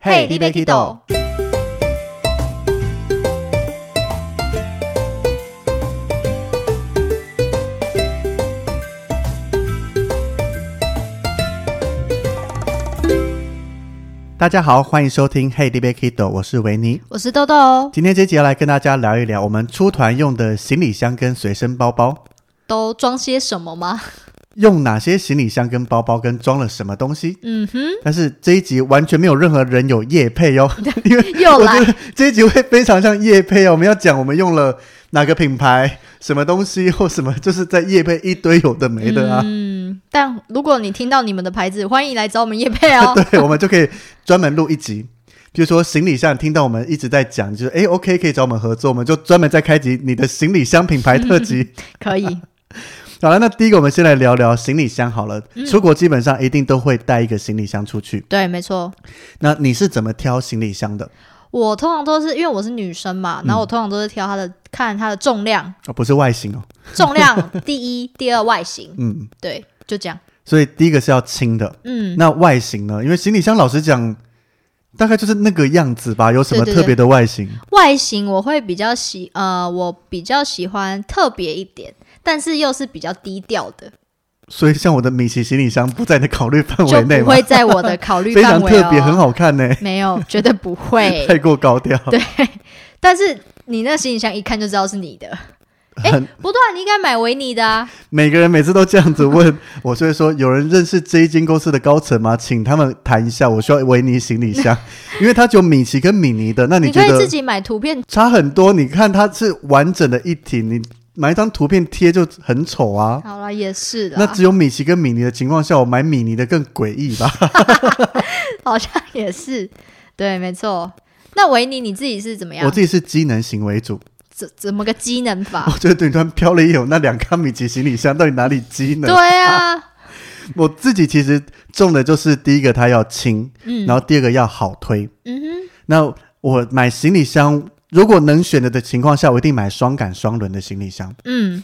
嘿你要去倒？大家好，欢迎收听 Hey, d b Kido，我是哦维尼。我是豆豆，今天这集要来跟大家聊一聊我们出团用的行李箱跟随身包包，都装些什么吗？用哪些行李箱跟包包，跟装了什么东西。 嗯哼，但是这一集完全没有任何人有夜配哟，因为又我觉来嗯得这一集会非常像夜配哦。我们要讲我们用了哪个品牌、什么东西或什么，就是在夜配一堆有的没的啊。嗯，但如果你听到你们的牌子，欢迎来找我们叶配 哦。对，我们就可以专门录一集。比如说行李箱，听到我们一直在讲，就是诶 o k 可以找我们合作，我们就专门再开集你的行李箱品牌特嗯辑。可以， 好了，那第一个我们先来聊聊行李箱好了。嗯出国基本上一定都会带一个行李箱出去，对，没错。那你是怎么挑行李箱的？我通常都是因为我是女生嘛，然后我通常都是挑它的，看它的重量，哦，不是外形哦，重量第一，第二外形，嗯，对，就这样。所以第一个是要轻的。嗯，那外形呢？因为行李箱老实讲，大概就是那个样子吧，有什么对对特别的外形？外形我会比较喜，呃，我比较喜欢特别一点，但是又是比较低调的，所以像我的米奇行李箱不在你的考虑范就围内不嘛，会在我的考虑 非范常围、哦。特别，很好看呢、没有，绝对 不会。太过高调，对，但是你那行李箱一看就知道是你 的。哎、很不对啊，你应该买维尼的啊。每个人每次都这样子问 我，所以说有人认识这一间公司的高层吗？请他们谈一下，我需要维尼行李 箱，因为它只有米奇跟米妮的，那你觉可以自得己买图片，差很多？你看它是完整的一体，你买一张图片贴就很丑啊。好了，也是那的，只有米奇跟米妮的情况下，我买米妮的更诡异吧？ 好像也是，对，没错。那维尼你自己是怎么我样？自己是机能型为主，怎怎么个机能法？我觉得顶端飘了一有那两咖米奇行李箱到底哪里机能？对啊， 我自己其实中的就是第一个，它要轻，嗯然后第二个要好推。嗯那我买行李箱，如果能选择的情况下，我一定买双杆双轮的行李箱哼，。嗯，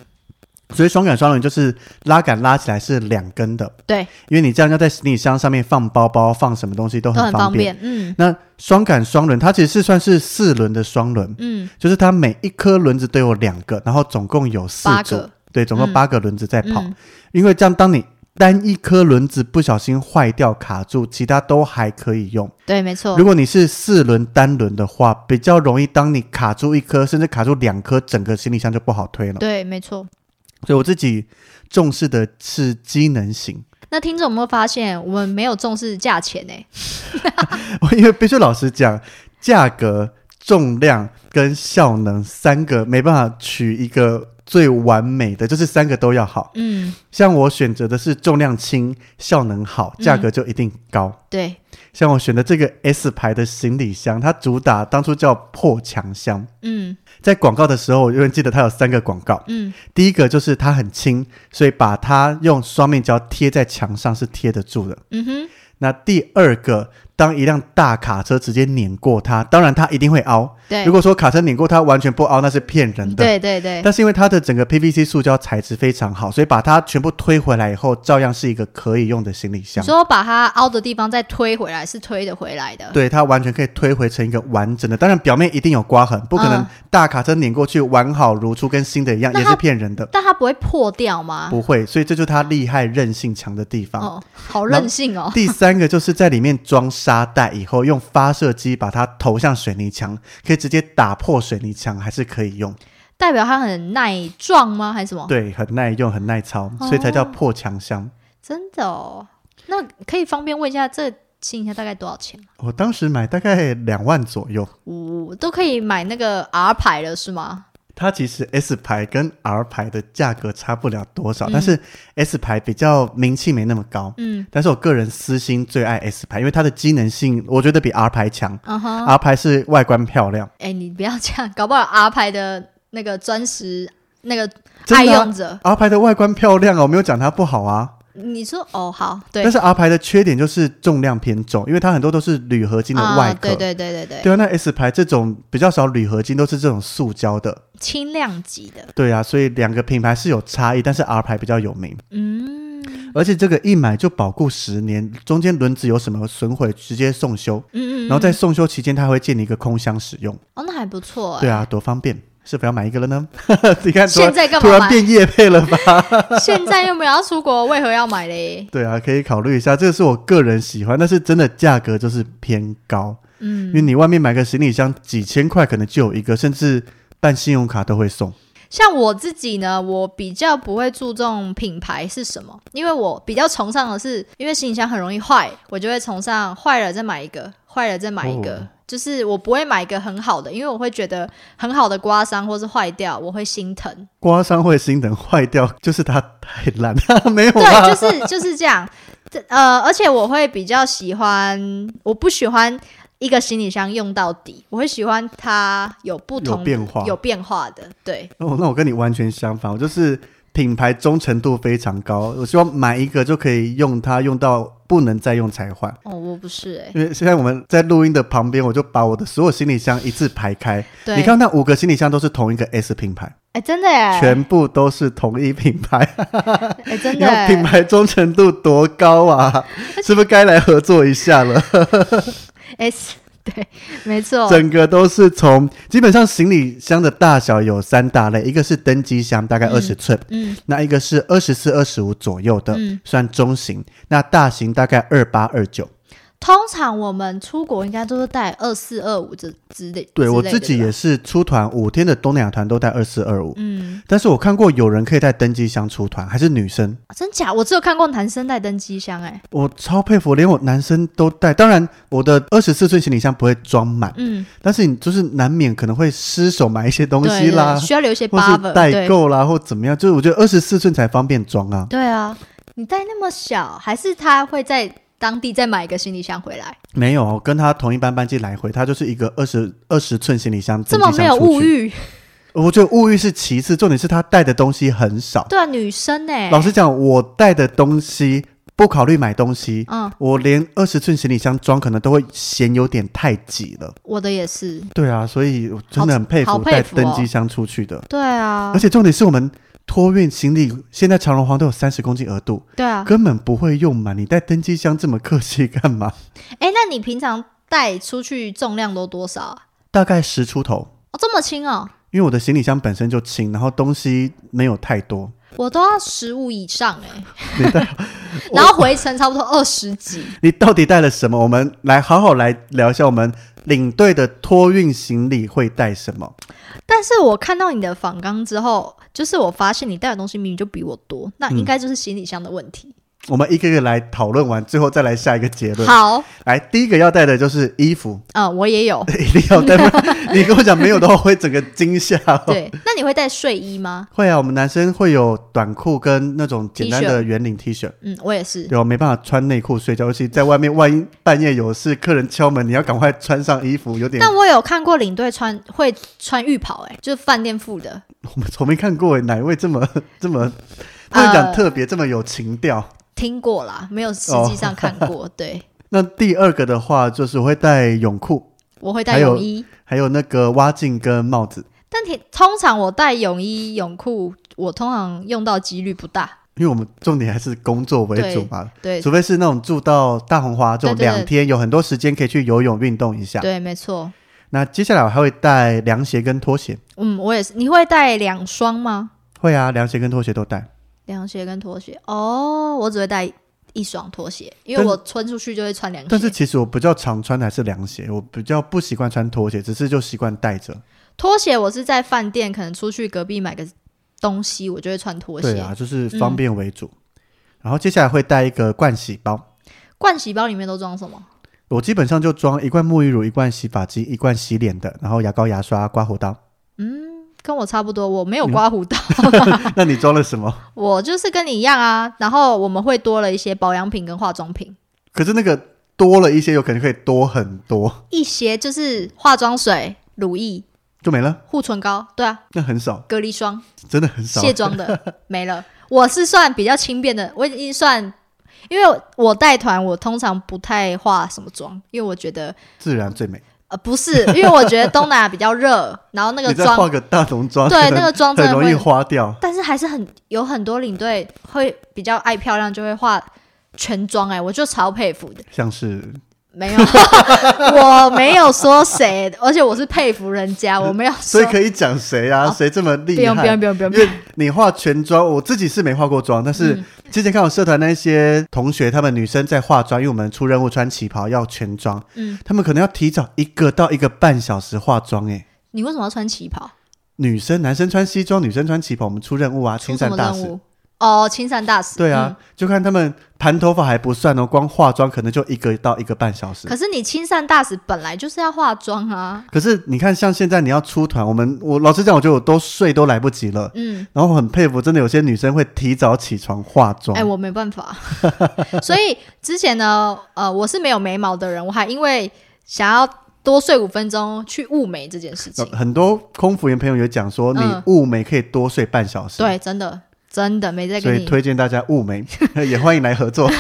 所以双杆双轮就是拉杆拉起来是两根的，对，因为你这样要在行李箱上面放包包、放什么东西都都很很方方便。便。嗯那双杆双轮它其实是算是四轮的双轮，嗯，就是它每一颗轮子都有两个，然后总共有四八组个，对，总共嗯八个轮子在跑。嗯因为这样，当你单一颗轮子不小心坏掉卡住，其他都还可以用。对，没错如。果你是四轮单轮的话，比较容易，当你卡住一颗，甚至卡住两颗，整个行李箱就不好推了。对，没错。所以我自己重视的是机能型， 那听众有没有发现，我们没有重视价钱呢、我因为必须老实讲，价格、重量跟效能三个没办法取一个最完美的，就是三个都要好。嗯，像我选择的是重量轻、效能好，嗯价格就一定高。对，像我选的这个 S 牌的行李箱，它主打当初叫破墙箱。嗯在广告的时候，我永远记得它有三个广告。嗯，第一个就是它很轻，所以把它用双面胶贴在墙上是贴得住的。嗯哼，那第二个，当一辆大卡车直接碾过它，当然它一定会凹。对如，果说卡车碾过它完全不凹，那是骗人的。对对对，但是因为它的整个 PVC 塑胶材质非常好，所以把它全部推回来以后，照样是一个可以用的行李你箱。说把它凹的地方再推回来，是推得回来的。对，它完全可以推回成一个完整的，当然表面一定有刮痕，不可能嗯大卡车碾过去完好如初，跟新的一样，那也它是骗人的。但它不会破掉吗？不会，所以这就是它厉害、韧性强的地方。啊哦， 好任性哦。第三个就是在里面装沙袋以后，用发射机把它投向水泥墙，可以直接打破水泥墙，还是可以用。代表它很耐撞吗？还是什么？对，很耐用，很耐操，哦所以才叫破墙箱。真的哦。那可以方便问一下，这行李箱大概多少钱吗？我当时买大概两万左右，五、都可以买那个 R 牌了是吗？它其实 S 牌跟 R 牌的价格差不了多少，嗯但是 S 牌比较名气没那么高。嗯但是我个人私心最爱 S 牌，因为它的机能性我觉得比 R 牌强。嗯哼，哎、 R 牌是外观漂亮，你不要这样，搞不好 R 牌的那个钻石那个爱真的啊、用者， R 牌的外观漂亮哦，我没有讲它不好啊。你说哦好，对但，是 R 牌的缺点就是重量偏重，因为它很多都是铝合金的外啊，壳。对对对对对，对啊，那 S 牌这种比较少铝合金，都是这种塑胶的。轻量级的，对啊，所以两个品牌是有差异，但是 R 牌比较有名。嗯。而且这个一买就保固十年，中间轮子有什么损毁直接送修，嗯嗯嗯，然后在送修期间，它还会借你一个空箱使用。哦，那还不错、欸。对啊，多方便！是否要买一个了呢？ 你看，突现然在干突嘛然买？变夜配了吧？ 现在又没有要出国，为何要买嘞？对啊，可以考虑一下，这个是我个人喜欢，但是真的价格就是偏高，因嗯，为你外面买个行李箱几千块，可能就有一个，甚至办信用卡都会送。像我自己呢，我比较不会注重品牌是什么，因为我比较崇尚的是，因为行李箱很容易坏，我就会崇尚坏了再买一个，坏了再买一个。哦就是我不会买一个很好的，因为我会觉得很好的刮伤或是坏掉，我会 心疼。刮伤会心疼坏掉，就是它太烂， 没有啊？对，就是就是这样。这呃，而且我会比较喜欢，我不喜欢一个行李箱用到底，我会喜欢它有不有同的变化。有变化的。对，哦，那我跟你完全相反，我就是品牌忠诚度非常高，我希望买一个就可以用它，用到不能再用才换。哦，我不是哎、因为现在我们在录音的旁边，我就把我的所有行李箱一字排开。对，你看那五个行李箱都是同一个 S 品牌，哎、真的哎、全部都是同一品牌，哎、真 你的、看品欸，牌忠诚度多高啊！是不是该来合作一下了？哎、是对，没错，整个都是从基本上行李箱的大小有三大类，一个是登机箱，大概二十寸，嗯那一个是二十四、二十五左右的，嗯，算中型；那大型大概二八、二九。通常我们出国应该都是带二四二五这之类，对之我类自的己吧也，是出团五天的东南亚团都带二四、二五，嗯、但是我看过有人可以带登机箱出团，还是女生，啊真假？我只有看过男生带登机箱、哎，我超佩服，连我男生都带。当然，我的二十四寸行李箱不会装满，嗯，但是你就是难免可能会失手买一些东对西啦对，需要留一些或是 buffer，代对购啦，或怎么样。就是我觉得二十四寸才方便装啊。对啊，你带那么小，还是他会在当地再买一个行李箱回来？没有，哦跟他同一班班机来回，他就是一个二十二十寸行李箱，这么没有物。欲？我觉得物欲是其次，重点是他带的东西很少。对啊，女生呢、老实讲，我带的东西不考虑买东西，嗯，我连二十寸行李箱装可能都会嫌有点太挤了。我的也是。对啊，所以我真的很佩好服好带佩服哦登机箱出去的。对啊而，且重点是我们托运行李，现在长荣皇都有三十公斤额度，对啊。根本不会用嘛。你带登机箱这么客气干嘛？ 哎、那你平常带出去重量都多少啊？大概十出头，哦，这么轻哦，因为我的行李箱本身就轻，然后东西没有太多。我都要十五以上哎、你带然后回程差不多二十几。你到底带了什么？我们来好好来聊一下，我们领队的托运行李会带什么？但是我看到你的访纲之后，就是我发现你带的东西明明就比我多，嗯那应该就是行李箱的问题。我们一个一个来讨论完，最后再来下一个结论。好，来，第一个要带的就是衣服， 嗯，我也有。一定要带。不 然你跟我讲没有的话，会整个惊吓、哦。对，那你会带睡衣吗？会啊，我们男生会有短裤跟那种简单的圆领 T 恤，嗯，我也是。对，我没办法穿内裤睡觉，尤其在外面，万一半夜有事，客人敲门，你要赶快穿上衣服，有点但我有看过领队穿会穿浴袍、欸，哎，就是饭店付的。我们从没看过欸哪一位这么 这么，呃不能讲特别、这么有情调。听过啦，没有实际上看哦过。对，那第二个的话，就是我会带泳裤，我会带还有泳衣，还有那个蛙镜跟帽子，但挺通常我带泳衣、泳裤，我通常用到几率不大。因为我们重点还是工作为主嘛。对除非是那种住到大红花这种对对对两天有很多时间可以去游泳运动一下。对，没错。那接下来我还会带凉鞋跟拖鞋，嗯，我也是。你会带两双吗？会啊，凉鞋跟拖鞋都带。凉鞋跟拖鞋。哦，我只会带一双拖鞋，因为但是我穿出去就会穿凉鞋。但是其实我比较常穿的还是凉鞋，我比较不习惯穿拖鞋，只是就习惯带着。拖鞋我是在饭店，可能出去隔壁买个东西，我就会穿拖对鞋。嗯啊，就是方便为主。然后接下来会带一个盥洗包。盥洗包里面都装什么？我基本上就装一罐沐浴乳、一罐洗发剂、一罐洗脸的，然后牙膏、牙刷、刮胡 刀。跟我差不多，我没嗯有刮胡刀， 那你装了什么？我就是跟你一样啊。然后我们会多了一些保养品跟化妆品，可是那个多了一些，有可能可以多很多，一些就是化妆水、乳液、就没了。护唇膏，对啊，那很少，隔离霜、真的很少。卸妆的 没了。我是算比较轻便的，我已经算，因为我带团，我通常不太化什么妆，因为我觉得自然最美。呃，不 是，因为我觉得东南亚比较热，然后那个你再化妆，个大浓妆，对可能那个妆真很的容易会，花掉。但是还是很有很多领队会比较爱漂亮，就会化全妆。哎，我就超佩服的。像是没有，我没有说谁，而且我是佩服人家，我没有说所以。可以讲谁啊？哦谁这么不厉用不用害？不用不用，因为你化全妆，我自己是没化过妆，但嗯是之前看我社团那些同学，他们女生在化妆，因为我们出任务穿旗袍要全妆，嗯，他们可能要提早一个到一个半小时化妆、欸。你为什么要穿旗袍？女生男生穿西装，女生穿旗袍，我们出任务啊，出清什散么大任使。务？嗯哦，青山大使。对啊，就看他们盘头发还不算哦，光化妆可能就一个到一个半小时可。是你青山大使本来就是要化妆啊。可是你看，像现在你要出团，我们我老实讲，我觉得我都睡都来不及了。嗯，然后我很佩服，真的有些女生会提早起床化妆。哎、我没办 法。所以之前呢，呃，我是没有眉毛的人，我还因为想要多睡五分钟去雾眉这件事情呃。很多空服员朋友有讲说，你嗯雾眉可以多睡半小时。。对，真的真的没在所跟以你，推荐大家雾眉， 也欢迎来合 作。。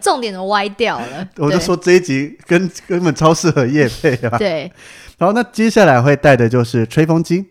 重点都歪掉了我就对说这一集根根本超适合叶配啊。对。然后那接下来会带的就是吹风机，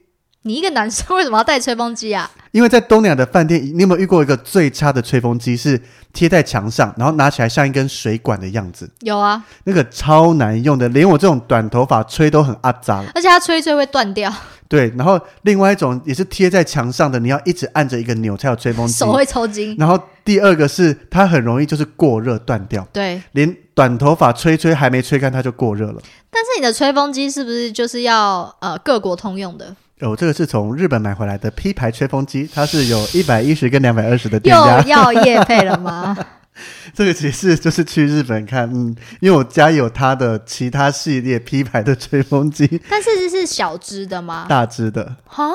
你一个男生 为什么要带吹风机啊？因为在东南亚的饭店，你有没有遇过一个最差的吹风机是贴在墙上，然后拿起来像一根水管的样子？有啊，那个超难用的，连我这种短头发吹都很阿杂。而且它吹一吹会断掉，对，然后另外一种也是贴在墙上的，你要一直按着一个钮才有吹风机手。会抽筋。然后第二个是它很容易就是过热断掉，对，连短头发吹吹还没吹干它就过热了。但是你的吹风机是不是就是要呃各国通用的？哦，这个是从日本买回来的 P 牌吹风机，它是有一百一十跟两百二十的又电压。要夜配了吗？ 这个其实就是去日本看，嗯，因为我家有它的其他系列 P 牌的吹风机，但是是小只的吗？大只的，啊，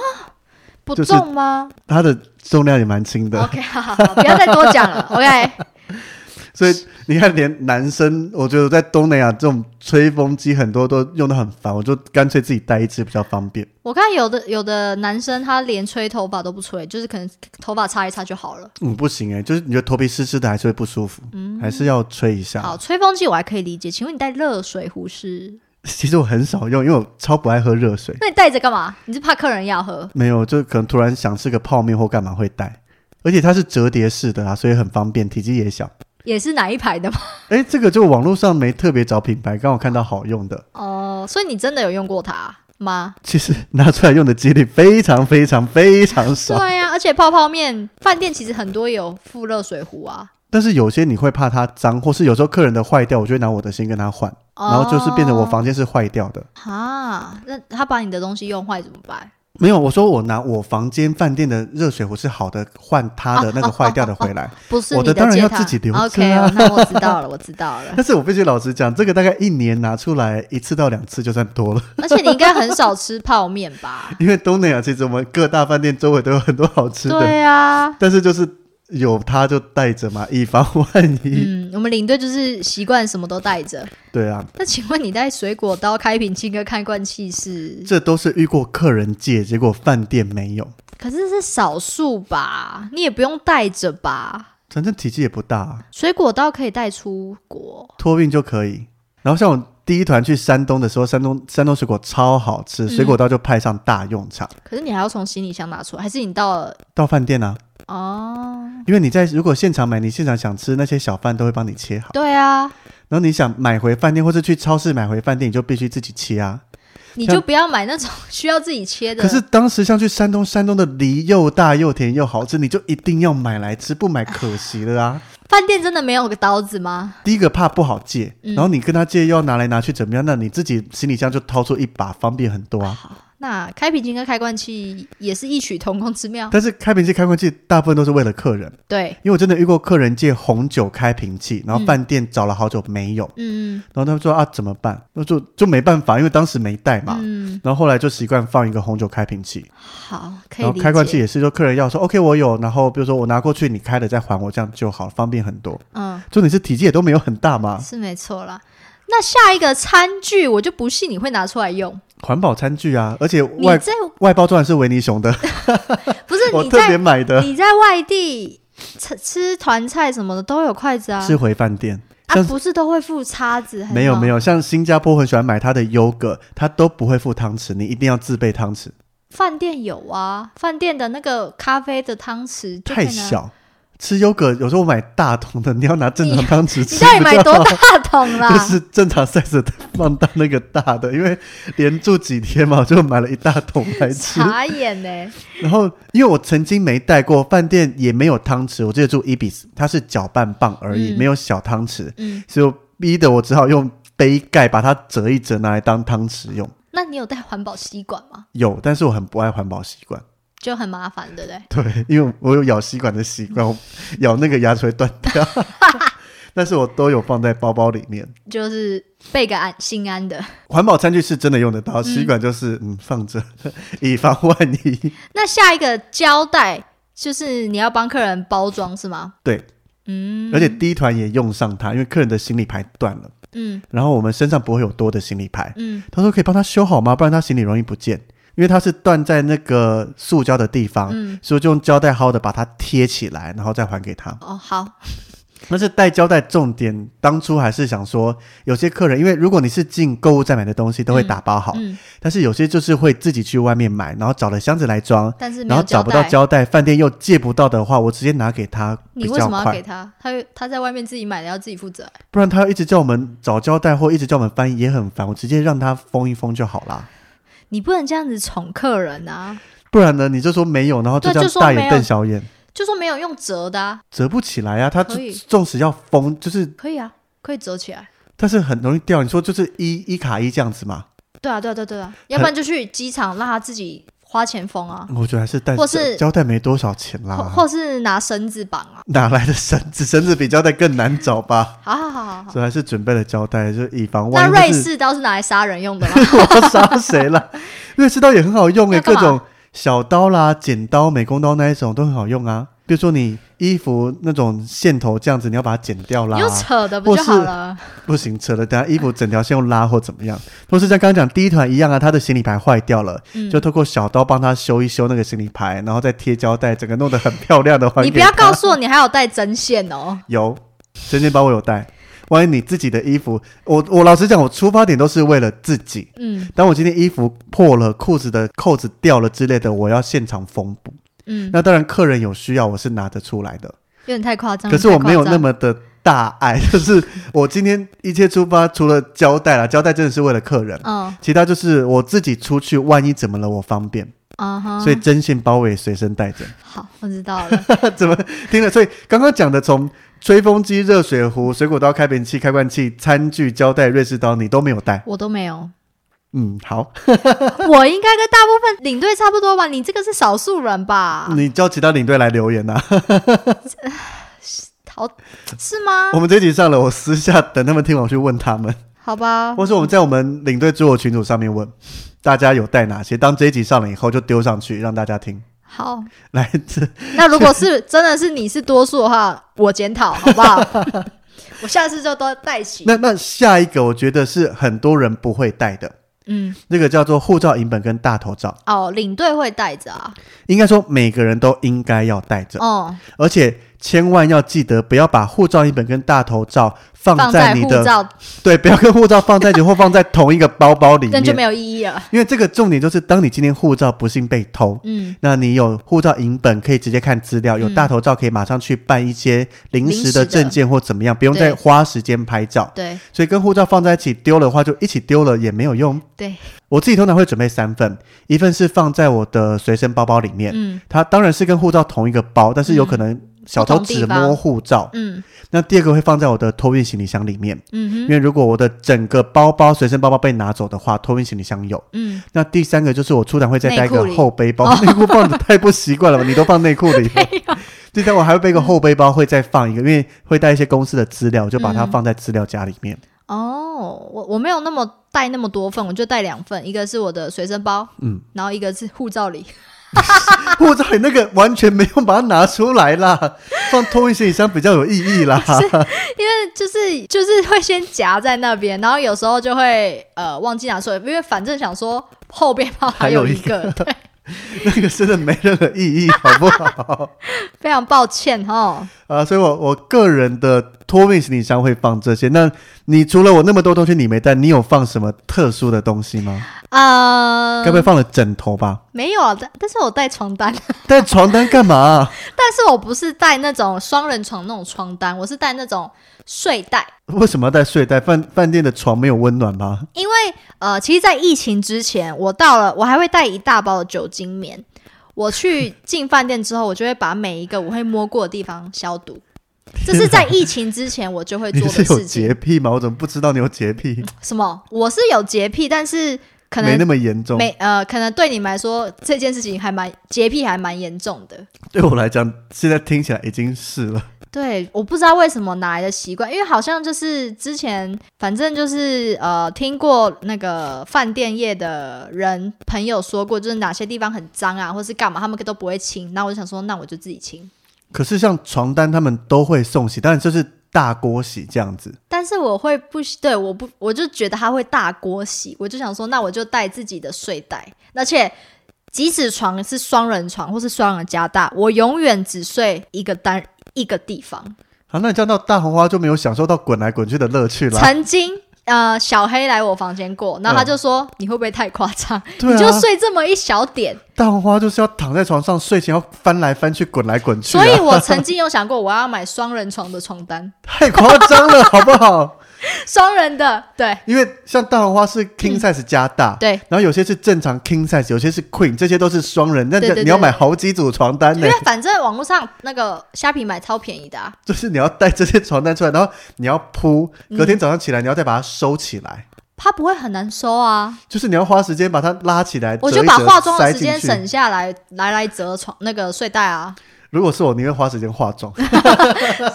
不就是重吗、它的重量也蛮轻的， o k 好好好，不要再多讲了。OK， 所以你看，连男生，我觉得在东南亚这种吹风机很多都用的很烦，我就干脆自己带一只比较方便。我看有的有的男生他连吹头发都不吹，就是可能头发擦一擦就好了。嗯，不行哎、就是你觉得头皮湿湿的还是会不舒服，还是要吹一下。嗯好，吹风机我还可以理解。请问你带热水壶是？其实我很少用，因为我超不爱喝热水，那你带着干嘛？你是怕客人要喝？没有，就可能突然想吃个泡面或干嘛会带，而且它是折叠式的啊，所以很方便，体积也小。也是哪一排 的吗？哎，这个就网络上没特别找品牌，刚好看到好用的，哦、所以你真的有用过它吗？其实拿出来用的几率非常非常非常对啊少。呀、而且泡泡面饭店其实很多有附热水壶啊。但是有些你会怕它脏，或是有时候客人的坏掉，我就会拿我的先跟他换，哦然后就是变成我房间是坏掉的。啊，那他把你的东西用坏怎么办？没有，我说我拿我房间饭店的热水壶是好的，换他的那个坏掉的回 来。不是我你的当然借要他自己留着 OK，啊哦那我知道了，我知道了。但是我必须老实讲，这个大概一年拿出来一次到两次就算多了，？而且你应该很少吃泡面吧因为东南亚其实我们各大饭店周围都有很多好 吃的，对啊，但是就是有它就带着嘛，以防万一。嗯，我们领队就是习惯什么都带着。对啊，那请问你带水果刀、开瓶器跟看罐器是？这都是遇过客人借，结果饭店没有，可是是少数吧？你也不用带着吧？反正体积也不大、啊，水果刀可以带出国，托运就可以。然后像我第一团去山东的时候，山东山东水果超好吃，嗯水果刀就派上大用场。可是你还要从行李箱拿出来，还是你到了？到饭店啊，哦，因为你在如果现场买，你现场想吃那些小贩都会帮你切好。对啊，然后你想买回饭店，或是去超市买回饭店，你就必须自己切啊。你就不要买那种需要自己切的。可是当时像去山东，山东的梨又大又甜又好吃，你就一定要买来吃，不买可惜了 啊。饭店真的没有个刀子吗？第一个怕不好借，嗯然后你跟他借又要拿来拿去怎么样？那你自己行李箱就掏出一把，方便很多啊。那开瓶器跟开罐器也是异曲同工之妙。但是开瓶器、开罐器大部分都是为了客人，对，因为我真的遇过客人借红酒开瓶器，然后嗯饭店找了好久没有，嗯然后他们说啊怎么办？那就就没办法，因为当时没带嘛。嗯，然后后来就习惯放一个红酒开瓶器，好，可以然后理解。开罐器也是，就客人要说 OK 我有，然后比如说我拿过去你开了再还我，这样就好，方便很多。嗯，重点是体积也都没有很大嘛，是没错啦。那下一个餐具，我就不信你会拿出来用。环保餐具啊，而且你外这外包装也是维尼熊的，不是 我你特别在买的。你在外地吃吃团菜什么的都有筷子啊？是回饭店，啊，像不是都会附叉子？没有没有，有，像新加坡很喜欢买它的优格，它都不会附汤匙，你一定要自备汤匙，饭店有啊，饭店的那个咖啡的汤匙就可以太拿。小。吃优格有时候买大桶的，你要拿正常汤匙你 吃到底不买就多好？大桶 啦？就是正常 size 的放到那个大的，因为连住几天嘛，我就买了一大桶来吃。 傻眼呢、然后，因为我曾经没带过，饭店也没有汤匙，我记得住 Ibis，它是搅拌棒而已，嗯没有小汤匙，嗯，所以我逼得我只好用杯盖把它折一折，拿来当汤匙用。那你有带环保吸管吗？有，但是我很不爱环保习惯，就很麻烦，对不对？对，因为我有咬吸管的习惯，我咬那个牙齿会断掉，但是我都有放在包包里面。就是备个安心安的。环保餐具是真的用得到，吸管就是嗯放着， 以防万一。那下一个胶带就是你要帮客人包装是吗？对，嗯而且第一团也用上它，因为客人的行李牌断了，嗯然后我们身上不会有多的行李牌。嗯他说可以帮他修好吗？不然他行李容易不见，因为它是断在那个塑胶的地方，嗯，所以我就用胶带好好的把它贴起来，然后再还给他。哦好，但是带胶带重点，当初还是想说，有些客人因为如果你是进购物站买的东西，都会打包好，嗯，但是有些就是会自己去外面买，然后找了箱子来装。但是没然有后找胶不到带，胶带，饭店又借不到的话，我直接拿给他比你为什较么要给快，他？他他在外面自己买的，要自己负责。不然他一直叫我们找胶带或一直叫我们翻译也很烦，我直接让他封一封就好啦。你不能这样子宠客人啊！不然呢，你就说没有，然后就对这样就说大没眼有瞪小眼，就说没有用折的、啊，折不起来啊。他可以纵使要封，就是可以啊，可以折起来。但是很容易掉。你说就是一一卡一这样子嘛，对啊，对啊，对啊对啊，要不然就去机场让他自己花钱封啊，我觉得还是带或是胶带没多少钱或啦，或是拿绳子绑啊。哪来的绳子？绳子比胶带更难找吧，好好好好好。所以还是准备了胶带，就以防那万一。瑞就是士刀是拿来杀人用的吗？我要杀谁 了？瑞士刀也很好用诶、那干各嘛种小刀啦、剪刀、美工刀那一种都很好用啊。比如说你衣服那种线头这样子，你要把它剪掉啦你，用扯的不就好了？不行，扯了，等下衣服整条线用拉或怎么样。或是像刚刚讲第一团一样啊，他的行李牌坏掉了，嗯就透过小刀帮他修一修那个行李牌，然后再贴胶带，整个弄得很漂亮的还你给不要他告诉我你还有带针线哦。有，针线包我有带。万一你自己的衣服，我我老实讲，我出发点都是为了自己，嗯当我今天衣服破了、裤子的扣子掉了之类的，我要现场缝补。嗯，那当然，客人有需要，我是拿得出来的。有点太夸张。可是我没有那么么的大爱，就是我今天一切出发，除了胶带啦，胶带真的是为了客人，嗯其他就是我自己出去，万一怎么了，我方便，啊哈，所以针线包我也随身带着。 好，我知道了。怎么听了？所以刚刚讲的从。吹风机、热水壶、水果刀、开瓶器、开罐器、餐具、胶带、瑞士刀，你都没有带。我都没有， 嗯，好，我应该跟大部分领队差不多吧？你这个是少数人吧？你叫其他领队来留言啊呐、好是吗？我们这集上了，我私下等他们听完我去问他们，好吧，或是我们在我们领队之友群组上面问大家有带哪些。当这一集上了以后，就丢上去让大家听。好。来， 这那如果是真的是你是多数的话，我检讨好不 好？我下次就都带齐。那那下一个，我觉得是很多人不会带的，嗯，那个叫做护照影本跟大头照，哦，领队会带着啊。应该说每个人都应该要带着，哦，而且千万要记得不要把护照影本跟大头照放放在在你护的照，对，不要跟护照放在一起或放在同一个包包里 那面就，没有意义了。因为这个重点就是，当你今天护照不幸被偷，嗯，那你有护照影本可以直接看资料，有嗯大头照可以马上去办一些临临时时的的证件或怎么样，不用再对花时间拍照。对所以跟护照放在一起丢了的话，就一起丢了也没有用。对，我自己通常会准备三份，一份是放在我的随身包包里面，嗯它当然是跟护照同一个包，但是有可能小偷不同地只方摸护照。嗯那第二个会放在我的托运行李箱里面，因嗯哼为如果我的整个包包随身包包被拿走的话，托运行李箱有。嗯，那第三个就是我出团会再带一内个裤里哦后背包，内裤放的太不习惯了 吧？你都放内裤里了。第三，我还会背一个后背包，会再放一个，因为会带一些公司的资料，我就把它嗯放在资料夹里面。哦，我我没有那么带那么多份，我就带两份，一个是我的随身包，嗯，然后一个是护照 里。护照里那个完全没有把它拿出来啦，放托运行李箱比较有意义 啦。就是就是会先夹在那边，然后有 时候就会呃忘记拿出来，因为反正想说后边包还有一个，对， 那个真的没任何意义，好不好？非常抱歉哦哈。啊，所以我我个人的托运行李箱会放这些。那你除了我那么多东西你没带，你有放什么特殊的东西吗？呃该，不会放了枕头吧？没有啊，但但是我带床单， 带床单干嘛？但是我不是带那种双人床那种床单，我是带那种睡袋。为什么要带睡袋？饭饭店的床没有温暖吗？因为呃，其实，在疫情之前，我到了，我还会带一大包的酒精棉。我去进饭店之后，我就会把每一个我会摸过的地方消毒。这是在疫情之前我就会 你做是的有事情。洁癖吗？我怎么不知道你有洁癖？什么？我是有洁癖，但是 可没能那么严重。没呃，可能对你们来说这件事情还蛮洁癖，还蛮严重的。对我来讲，现在听起来已经是了。对，我不知道为什么哪来的习惯，因为好像就是之前，反正就是呃，听过那个饭店业的人朋友说过，就是哪些地方很脏啊，或是干嘛，他们都不会清。那我就想说，那我就自己清。可是像床单他们都会送洗，但就是大锅洗这样子。但是我会不喜，对，我不，我就觉得它会大锅洗，我就想说，那我就带自己的睡袋，而且即使床是双人床或是双人加大，我永远只睡一个单一个地方。好、啊那你这样到大红花就没有享受到滚来滚去的乐趣啦。曾经呃，小黑来我房间过，然后他就说：“你会不会太夸张？ 对你就啊，睡这么一 小点。大红花就是要躺在床上睡前要翻来翻去、滚来滚去、啊，所以我曾经有想过，我要买双人床的床单， 太夸张了，好不好？双人的，对因为像大红花是 king size 加大。嗯对，然后有些是正常 king size，有些是 queen，这些都是双人，那对对你要对啊买好几组床单因呢为。反正网络上那个虾皮买超便宜的、啊，就是你要带这些床单出来，然后你要铺，嗯隔天早上起来你要再把它收起来，它不会很难收啊。就是你要花时间把它拉起来，我折就一把折化妆的塞时进间去省下来，来来折床那个睡 袋啊，如果是我，宁愿花时间化妆，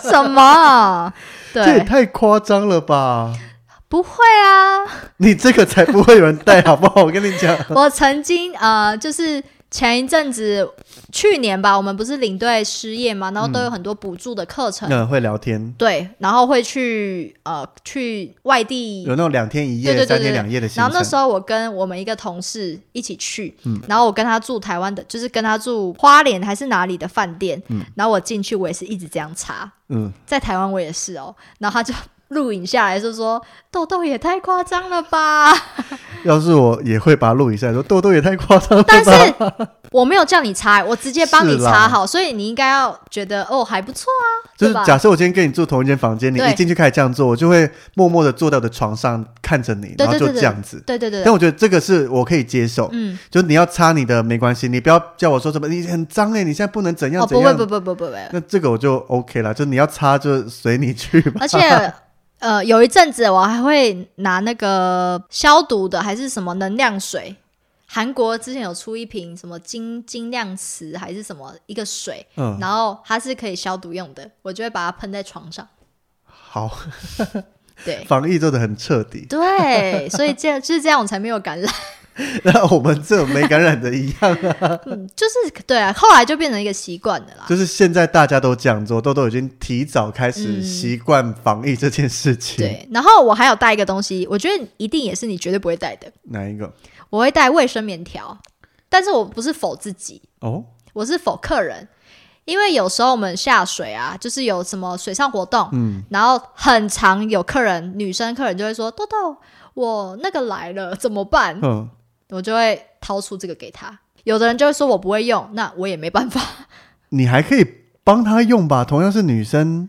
什么？啊这也对，太夸张了吧！不会啊。你这个才不会有人带，好不好？我跟你 讲，我曾经呃，就是前一阵子，去年吧，我们不是领队失业嘛，然后都有很多补助的课程，嗯，会聊天，对，然后会去呃去外地有那种两天一夜、对对对三对天对两夜的行然后那程。嗯时候我跟我们一个同事一起去，然后我跟他住台湾的，就是跟他住花莲还是哪里的饭店，然后我进去我也是一直这样查，嗯，在台湾我也是哦，然后他就录影下来就说豆豆也太夸张了吧，要是我也会把它录一下，说豆豆也太夸张了 吧？但是我没有叫你查，我直接帮你是啦查好，所以你应该要觉得哦还不错啊，就对是吧？假设我今天跟你住同一间房间，你对一进去开始这样做，我就会默默的坐在我的床上看着你，对然后对就对这样子。对对对但对，我觉得这个是我可以接受，嗯，就你要擦你的没关系，你不要叫我说什么你很脏哎、你现在不能怎样哦怎不会样。不不不不会，那这个我就 OK 了，就你要擦就随你去吧。而且 呃有一阵子我还会拿那个消毒的还是什么能量水。韩国之前有出一瓶什么金金亮瓷还是什么一个水，嗯，然后它是可以消毒用的，我就会把它喷在床上。好，对防疫做的很彻底， 对，所以这样就是这样，我才没有感染。那我们这种没感染的一样，嗯，就是对啊，后来就变成一个习惯了啦。就是现在大家都这样做，豆豆已经提早开始嗯习惯防疫这件事情。，对，然后我还有带一个东西，我觉得一定也是你绝对不会带的，哪一个？我会带卫生棉条，但是我不是否自己，哦，我是否客人，因为有时候我们下水啊，就是有什么水上活动，嗯，然后很常有客人，女生客人就会说豆豆，我那个来了怎么办？嗯，我就会掏出这个给他。有的人就会说我不会用，那我也没办法，你还可以帮她用吧？同样是女生，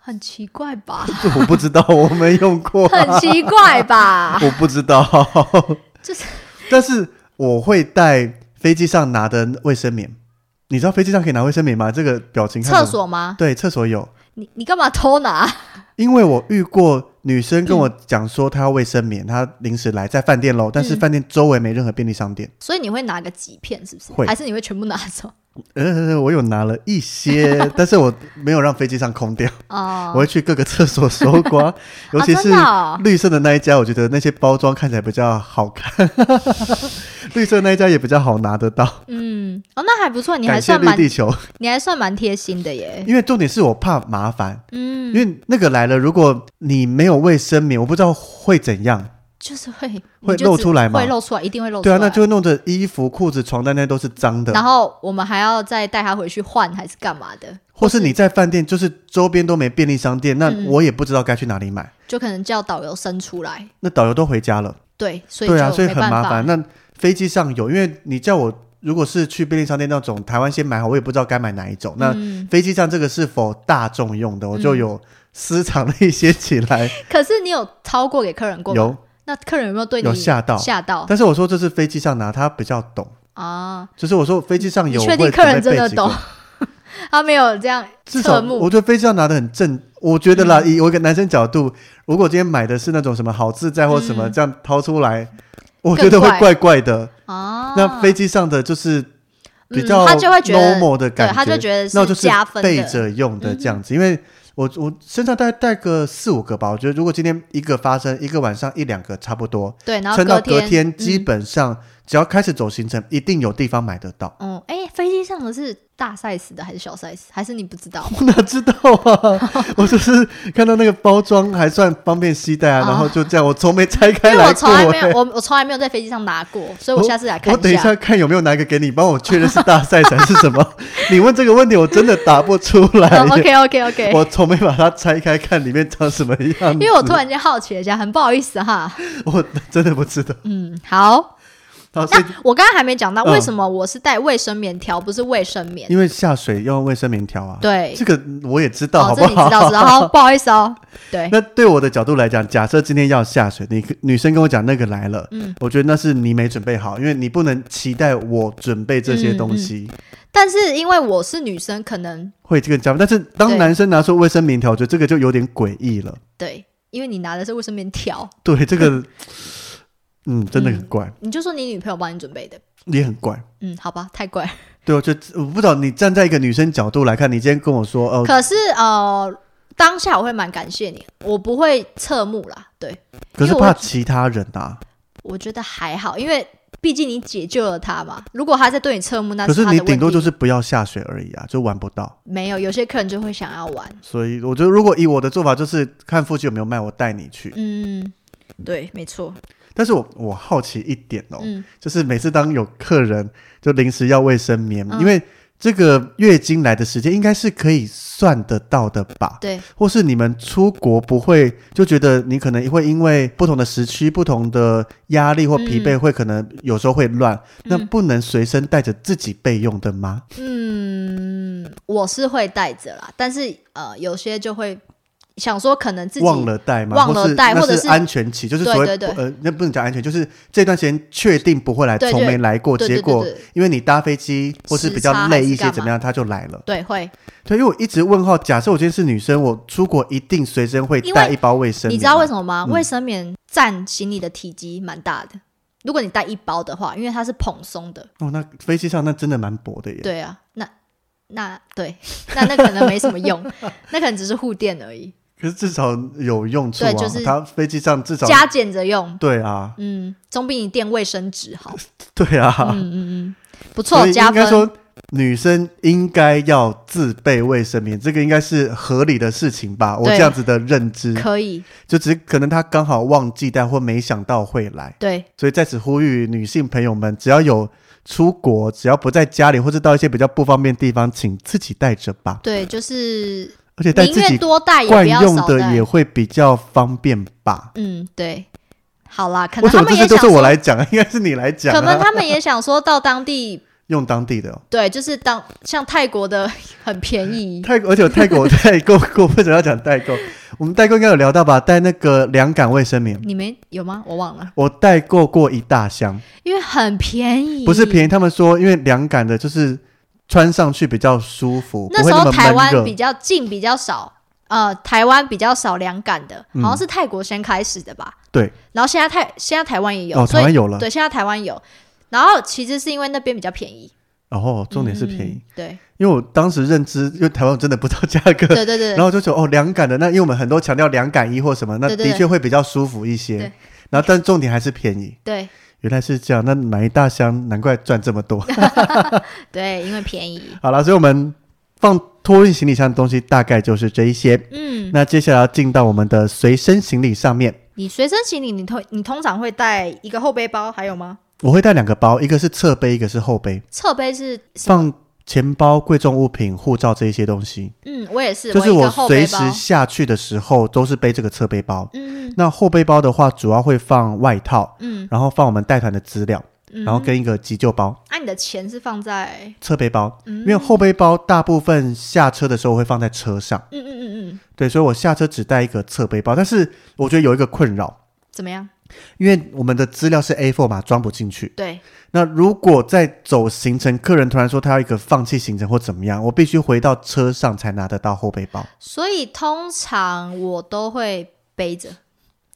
很奇 怪吧？这我不知道，我没用过， 很奇怪吧？我不知道。就是但是我会带飞机上拿的卫生棉，你知道飞机上可以拿卫生棉吗？这个表情看着厕所吗？对厕所有，你你干嘛偷拿？因为我遇过女生嗯跟我讲说她要卫生棉，她临时来在饭店喽，但是嗯饭店周围没任何便利商店。所以你会拿个几片，是不是？会还是你会全部拿 走？呃，我有拿了一 些，但是我没有让飞机上空掉，哦，我会去各个厕所搜 刮，尤其啊、是真的哦绿色的那一家，我觉得那些包装看起来比较好 看，绿色那一家也比较好拿得到。嗯，哦，那还不错，你还感谢算绿蛮，地球，你还算蛮贴心的耶。因为重点是我怕麻烦。嗯，因为那个来了，如果你没有卫生棉，我不知道会怎样。就是会会你就露只出来吗会露出来，一定会露出对来。啊，那就弄得衣服、裤子、床单那都是脏的然，后我们还要再带他回去换，还是干嘛的？或是你在饭店，就是周边都没便利商店，那嗯我也不知道该去哪里买。就可能叫导游伸出来。那导游都回家了，对，所以就对啊，所以没很办麻法。烦。那飞机上有，因为你叫我如果是去便利商店那种，台湾先买好，我也不知道该买哪一种。那嗯，飞机上这个是否大众用的，我就嗯有私藏了一些起来，可是你有超过给客人 过吗？有那客人有没有对你有吓到。吓到但是我说这是飞机上拿，他比较懂。啊？就是我说飞机上你有，确定我会客人准备真的备几个懂？他没有这样至少侧目我觉得飞机上拿的很正，我觉得啦，嗯以我一个男生角度，如果今天买的是那种什么好自在或什么、嗯这样掏出来，我觉得会更怪怪怪的。啊。那飞机上的就是比较嗯、他就会觉得 normal 的感对，他就觉得那我就是加分备的。嗯着用的这样子，因为我我身上带带个四五个吧，我觉得如果今天一个发生，一个晚上一两个差不多，对，然后撑到隔天，天基嗯本上只要开始走行程，一定有地方买得到。 哦，哎、飞机上的是大 size 的还是小 size？还是你不 知道？我哪知道啊！我就是看到那个包装还算方便携带啊，哦然后就这样，我从没拆开因为来我过、从来没有，欸。我我从来没有在飞机上拿过，所以我下次来看我等一下。下看有没有拿一个给你，帮我确认是大赛还是什 么。你问这个问题，我真的答不出来。哦 OK OK OK， 我从没把它拆开看里面长什么样子，因为我突然间好奇了一下，很不好意思哈。我真的不知道。嗯，好，好，所以我刚刚还没讲到嗯为什么我是带卫生棉条，不是卫生棉。因为下水用卫生棉条啊，对，这个我也知道，哦，好这不你知道知道，好，不好意思哦。对， 那对我的角度来讲，假设今天要下水，你女生跟我讲那个来了，嗯我觉得那是你没准备好，因为你不能期待我准备这嗯些东西、但是因为我是女生，可能会这个加分。但是当对男生拿出卫生棉条，我觉得这个就有点诡异了。对，因为你拿的是卫生棉条， 对，这个，嗯，真的很怪，你就说你女朋友帮你准备的。也很怪。嗯，好吧，太怪了。对，我觉得我不知道你站在一个女生角度来看，你今天跟我说，哦、可是呃，当下我会蛮感谢你，我不会侧目啦。对，可是因为怕我其他人啊。我觉得还好，因为毕竟你解救了他嘛。如果他在对你侧目，那可是是他的你问顶多题就是不要下水而已啊，就玩不到。没有。有些客人就会想要玩，所以我觉得，如果以我的做法，就是看附近有没有卖，我带你去。嗯，对，没错，但是我我好奇一点哦，嗯，就是每次当有客人就临时要卫生棉，嗯因为这个月经来的时间应该是可以算得到的吧？对，或是你们出国不会就觉得你可能会因为不同的时区、不同的压力或疲嗯惫，会可能有时候会乱，那不能随身带着自己备用的吗？嗯，我是会带着啦，但是呃，有些就会想说可能自己忘了带吗？忘了带或或者那是安全期，就是对所谓对对呃，那不能讲安全，就是这段时间确定不会来，对从对没来过，对结对对果对因为你搭飞机或是时比较差累还是一些，干怎么样，他就来了。对会，对，因为我一直问号，假设我今天是女生，我出国一定随身会因为带一包卫生棉。你知道为什么吗？嗯卫生棉占行李的体积蛮大的，如果你带一包的话，因为它是蓬松的，么？哦，那飞机上那真的蛮薄的耶。对啊，那那对，那那可能没什么 用，那可能只是护垫而已，可是至少有用处啊，对就是它飞机上至少加减着用，对啊， 嗯，总比你垫卫生纸好，对 啊，嗯嗯嗯，不所错，以加应该分，说女生应该要自备卫生棉，这个应该是合理的事情吧？我对这样子的认知，可以，就只是可能她刚好忘记带或没想到会来。对，所以在此呼吁女性朋友们，只要有出国，只要不在家里或者到一些比较不方便的地方，请自己带着吧。对，就是而且带宁自愿己多带也惯不要用少的带也，会比较方便吧。嗯，对，好啦，可为能什他么这们些也都想是我说，来讲啊？应该是你来讲可能啊。他们也想说到当地。用当地的哦、对，就是当像泰国的 很便 宜，泰国，而且有泰国代购过，为什么要讲代购？我们代购应该有聊到吧？带那个凉感卫生棉，你们有吗？我忘了，我代购过一大箱，因为很便宜，不是便宜，他们说因为凉感的就是穿上去比较舒服，那不会时那候么台闷湾比热。较近，比较少，呃，台湾比较少凉感的，嗯好像是泰国先开始的吧。对，然后现在泰现在台湾也有，哦，所台湾以有了。对，现在台湾有。然后其实是因为那边比较便宜，然后哦重点是便宜，嗯，对因为我当时认知，因为台湾真的不知道价格， 对对对 然后就觉得哦，凉感的那，因为我们很多强调凉感衣或什么，那对对的对确会比较舒服一些对。然后，但重点还是便宜，对原来是这样，那买一大箱，难怪赚这么多。对，因为便宜，好了，所以我们放托运行李箱的东西大概就是这一些。嗯，那接下来要进到我们的随身行李上面。你随身行李，你通你通常会带一个后背包，还有吗？我会带两个包，一个是侧背，一个是后背，侧背是什么放钱包、贵重物品、护照这一些东西。嗯，我也是，就是我一个我后随背包时下去的时候都是背这个侧背包。嗯那后背包的话，主要会放外套，嗯然后放我们带团的资料，嗯，然后跟一个急救包、啊，你的钱是放在侧背包。嗯因为后背包大部分下车的时候会放在车上，嗯嗯嗯嗯，对，所以我下车只带一个侧背包。但是我觉得有一个困扰，怎么样？因为我们的资料是 A4 嘛，装不进去。对，那如果在走行程，客人突然说他要一个放弃行程或怎么样，我必须回到车上才拿得到后背包。所以通常我都会背着，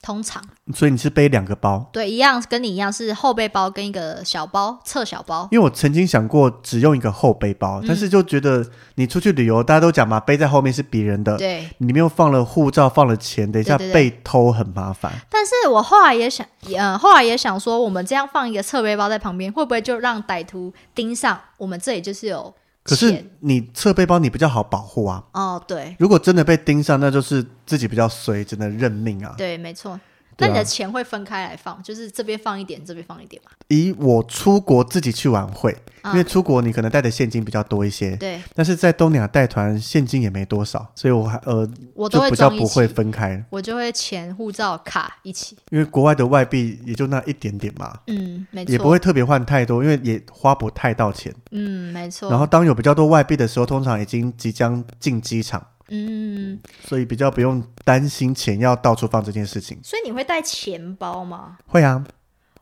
通常所以你是背两个包，对，一样跟你一样是后背包跟一个小包侧小包，因为我曾经想过只用一个后背包，嗯但是就觉得你出去旅游，大家都讲嘛，背在后面是别人的，对。里面又放了护照，放了钱，等一下对对被对偷很麻烦。但是我后来也想，嗯，后来也想说，我们这样放一个侧背包在旁边，会不会就让歹徒盯上我们这里就是有可钱？是你侧背包你比较好保护啊，哦，对如果真的被盯上，那就是自己比较衰，只能认命啊。对，没错。对那啊你的钱会分开来放，就是这边放一点，这边放一点嘛？以我出国自己去玩会，因啊为出国你可能带的现金比较多一些，对，但是在东南亚带团现金也没多少，所以我还呃我都就会比较装一不会起，分开，我就会钱、护照、卡一起。因为国外的外币也就那一点点嘛，嗯，没也不错。会特别换太多，因为也花不太到钱。嗯，没错。然后当有比较多外币的时候，通常已经即将进机场，嗯，所以比较不用担心钱要到处放这件事情。所以你会带钱包吗？会啊，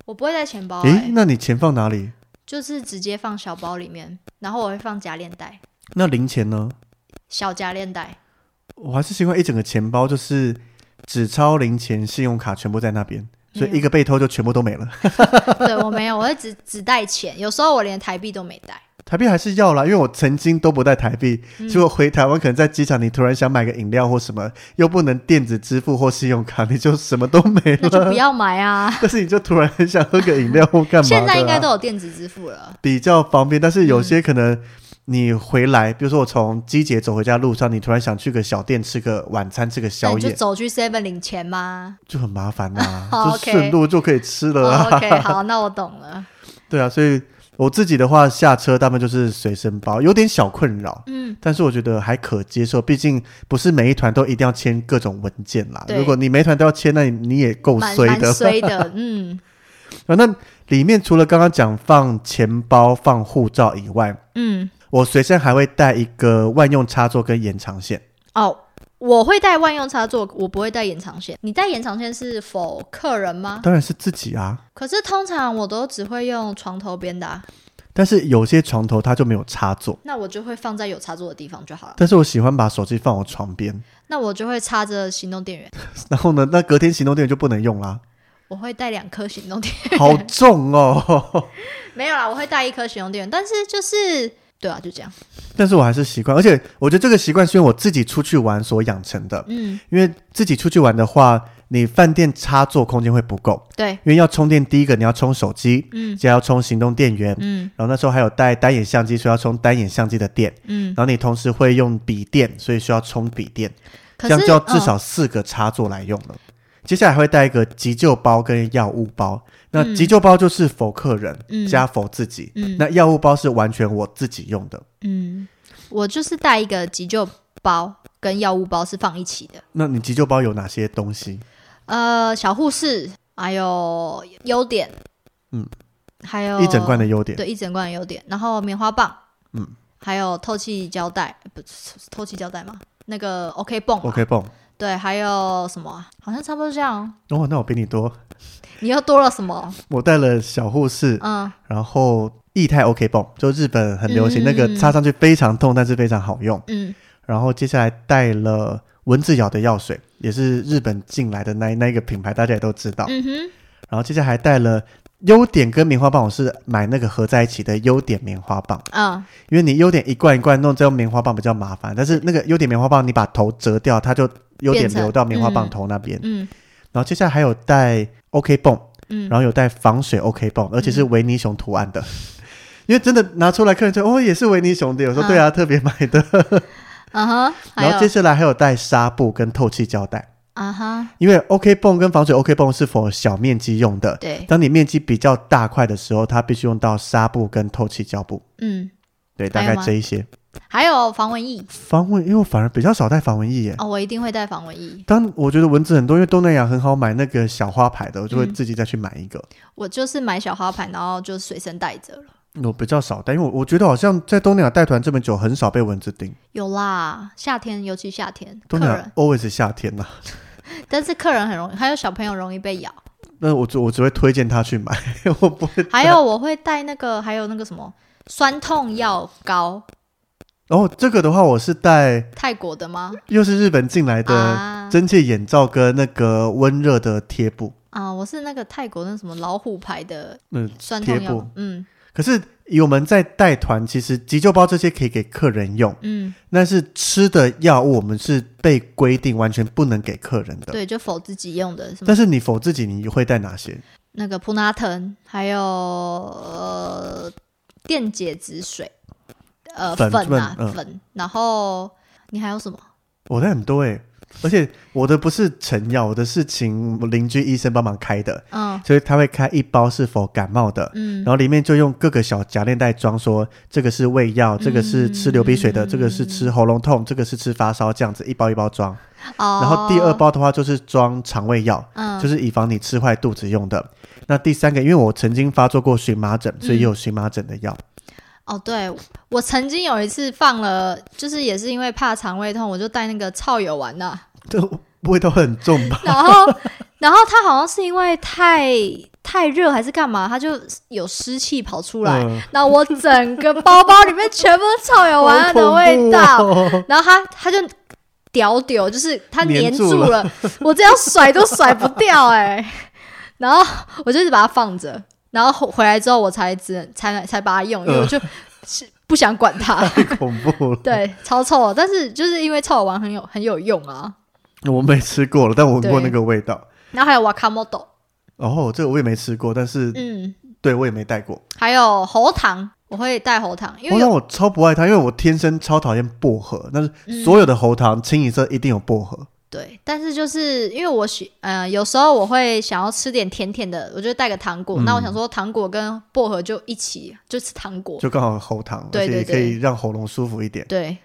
我不会带钱包、诶，欸，那你钱放哪里？就是直接放小包里面，然后我会放夹链袋，那零钱呢？小夹链袋。 我还是习惯一整个钱包就是纸钞、零钱、信用卡全部在那边，所以没有一个被偷就全部都没了。 对我没有，我会只只带钱，有时候我连台币都没带。台币还是要啦，因为我曾经都不带台币，嗯结果回台湾可能在机场，你突然想买个饮料或什么，又不能电子支付或信用卡，你就什么都没那就不了。要买啊！ 但是你就突然很想喝个饮料或干嘛的啊、现在应该都有电子支付了。比较方便，但是有些可能你回来，比如说我从机捷走回家路上，你突然想去个小店吃个晚餐，吃个那宵你就夜，走去 Seven 领钱吗、就很麻烦 呐、好就 OK 顺路就可以吃了啊。 o k 好，那我懂了。对啊，所以我自己的话，下车大部分就是随身包，有点小困扰，嗯，但是我觉得还可接受，毕竟不是每一团都一定要签各种文件啦。对如果你每一团都要签，那你你也够蛮衰哦的蛮。衰的，嗯啊 那里面除了刚刚讲放钱包、放护照以外，嗯。我随身还会带一个万用插座跟延长线。哦，我会带万用插座，我不会带延长线。你带延长线是否客人吗？当然是自己啊，可是通常我都只会用床头边的、啊，但是有些床头它就没有插座，那我就会放在有插座的地方就好了。但是我喜欢把手机放我床边，那我就会插着行动电源，然后呢，那隔天行动电源就不能用啦，我会带两颗行动电好重哦。 源， 没有啦，我会带一颗行动电源。但是就是对啊，就这样。但是我还是习惯，而且我觉得这个习惯是因为我自己出去玩所养成的。嗯，因为自己出去玩的话，你饭店插座空间会不够，对，因为要充电，第一个你要充手机，嗯接着要充行动电源，嗯然后那时候还有带单眼相机，所以要充单眼相机的电，嗯。然后你同时会用笔电，所以需要充笔电，可这是哦样就要至嗯少四个插座来用了。接下来会带一个急救包跟药物包，那急救包就是否客人、嗯加否自己，嗯那药物包是完全我自己用的。嗯，我就是带一个急救包跟药物包是放一起的。那你急救包有哪些东西？呃，小护士，还有优点，嗯，还有一整罐的优点，对一整罐的优点，然后棉花棒，嗯，还有透气胶带，不是透气胶带吗？那个 OK 泵嘛 OK 泵。对，还有什么啊？好像差不多这样哦。哦，那我比你多，你又多了什么？我带了小护士，嗯，然后液态 OK 泵，就日本很流行、嗯那个，插上去非常痛，但是非常好用。嗯，然后接下来带了蚊子咬的药水，也是日本进来的那那一个品牌，大家也都知道。嗯哼，然后接下来还带了优点跟棉花棒，我是买那个合在一起的优点棉花棒，嗯，因为你优点一罐一罐弄，再用棉花棒比较麻烦。但是那个优点棉花棒，你把头折掉，它就优点变成流到棉花棒嗯头那边。嗯，然后接下来还有带 OK 泵，嗯然后有带防水 OK 泵，而且是维尼熊图案的。 因为真的拿出来，客人就哦，也是维尼熊的。我说嗯啊对啊，特别买的。嗯哼，还然后接有下来还有带纱布跟透气胶带，啊哈，因为 OK 泵跟防水 OK 泵是否小面积用的，对，当你面积比较大块的时候，它必须用到纱布跟透气胶布。嗯，对，大还有概吗这一些。还有防蚊液防蚊，因为我反而比较少带防蚊液耶。哦，我一定会带防蚊液。当我觉得蚊子很多，因为东南亚很好买那个小花牌的，我就会嗯自己再去买一个。我就是买小花盘，然后就随身带着了。我哦比较少带，因为我我觉得好像在东南亚带团这么久，很少被蚊子叮。有啦，夏天尤其夏天，客东南亚人， always 夏天呐、但是客人很容易，还有小朋友容易被咬。那我只我只会推荐他去买， 我不会。还有我会带那个，还有那个什么酸痛药膏，然后这个的话，我是带泰国的吗？又是日本进来的啊蒸汽眼罩跟那个温热的贴布，啊，我是那个泰国那什么老虎牌的嗯，酸贴痛药布膏，。嗯可是以我们在带团，其实急救包这些可以给客人用，嗯，但是吃的药物我们是被规定完全不能给客人的。对，就否自己用的什么但是你否自己，你会带哪些？那个普拿疼，还有呃电解质水，呃粉粉啊嗯粉，然后你还有什么？我带很多诶、而且我的不是成药，我的是请我邻居医生帮忙开的，嗯所以他会开一包是否感冒的，嗯然后里面就用各个小夹链袋装说，这个是胃药，这个是吃流鼻水的，嗯这个是吃喉咙痛，这个是吃发烧，这样子一包一包装。哦，然后第二包的话就是装肠胃药，嗯就是以防你吃坏肚子用的。那第三个，因为我曾经发作过荨麻嗯疹，所以也有荨麻疹的药。哦，对我曾经有一次放了，就是也是因为怕肠胃痛，我就带那个超友丸呐、 这味道很重吧？然后然后它好像是因为太太热还是干嘛，它就有湿气跑出来，嗯那我整个包包里面全部都草药 丸哦的味道，好恐怖 哦然后它它就屌屌，就是它粘粘住住了， 我这样甩都甩不掉哎、然后我就是把它放着，然后回来之后我才只能才才把它用，因为我就是不想管 它，太恐怖了。对，超臭啊的。但是就是因为草药丸很有很有用啊，我没吃过了，但我闻过对那个味道。然后还有 wakamoto，哦，这个我也没吃过，但是、嗯，对我也没带过。还有喉糖，我会带喉糖，因喉为有糖我超不爱它，因为我天生超讨厌薄荷，但是所有的喉糖清一色一定有薄荷。对，但是就是因为我喜，呃，有时候我会想要吃点甜甜的，我就带个糖果。嗯那我想说，糖果跟薄荷就一起，就吃糖果。就刚好喉糖，嗯对对而且也可以让喉咙舒服一点。对，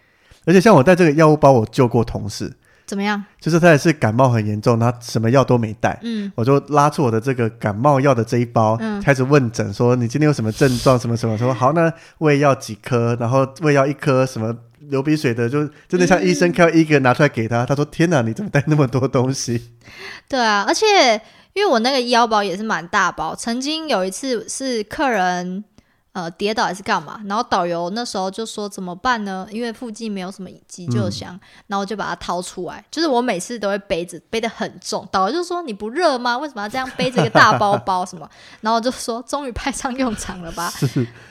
而且像我带这个药物包，我救过同事，怎么样？就是他也是感冒很严重，他什么药都没带，嗯，我就拉出我的这个感冒药的这一包，嗯开始问诊说你今天有什么症状，什么什么， 说好那胃药几颗，然后胃药一颗，什么流鼻水的，就真的像医嗯生开一个拿出来给他，他说天哪，你怎么带那么多东西？对啊，而且因为我那个腰包也是蛮大包，曾经有一次是客人。呃，跌倒还是干嘛？然后导游那时候就说怎么办呢？因为附近没有什么急救箱，嗯然后我就把它掏出来。就是我每次都会背着，背得很重。导游就说你不热吗？为什么要这样背着一个大包包什么？ 然后我就说终于派上用场 了吧。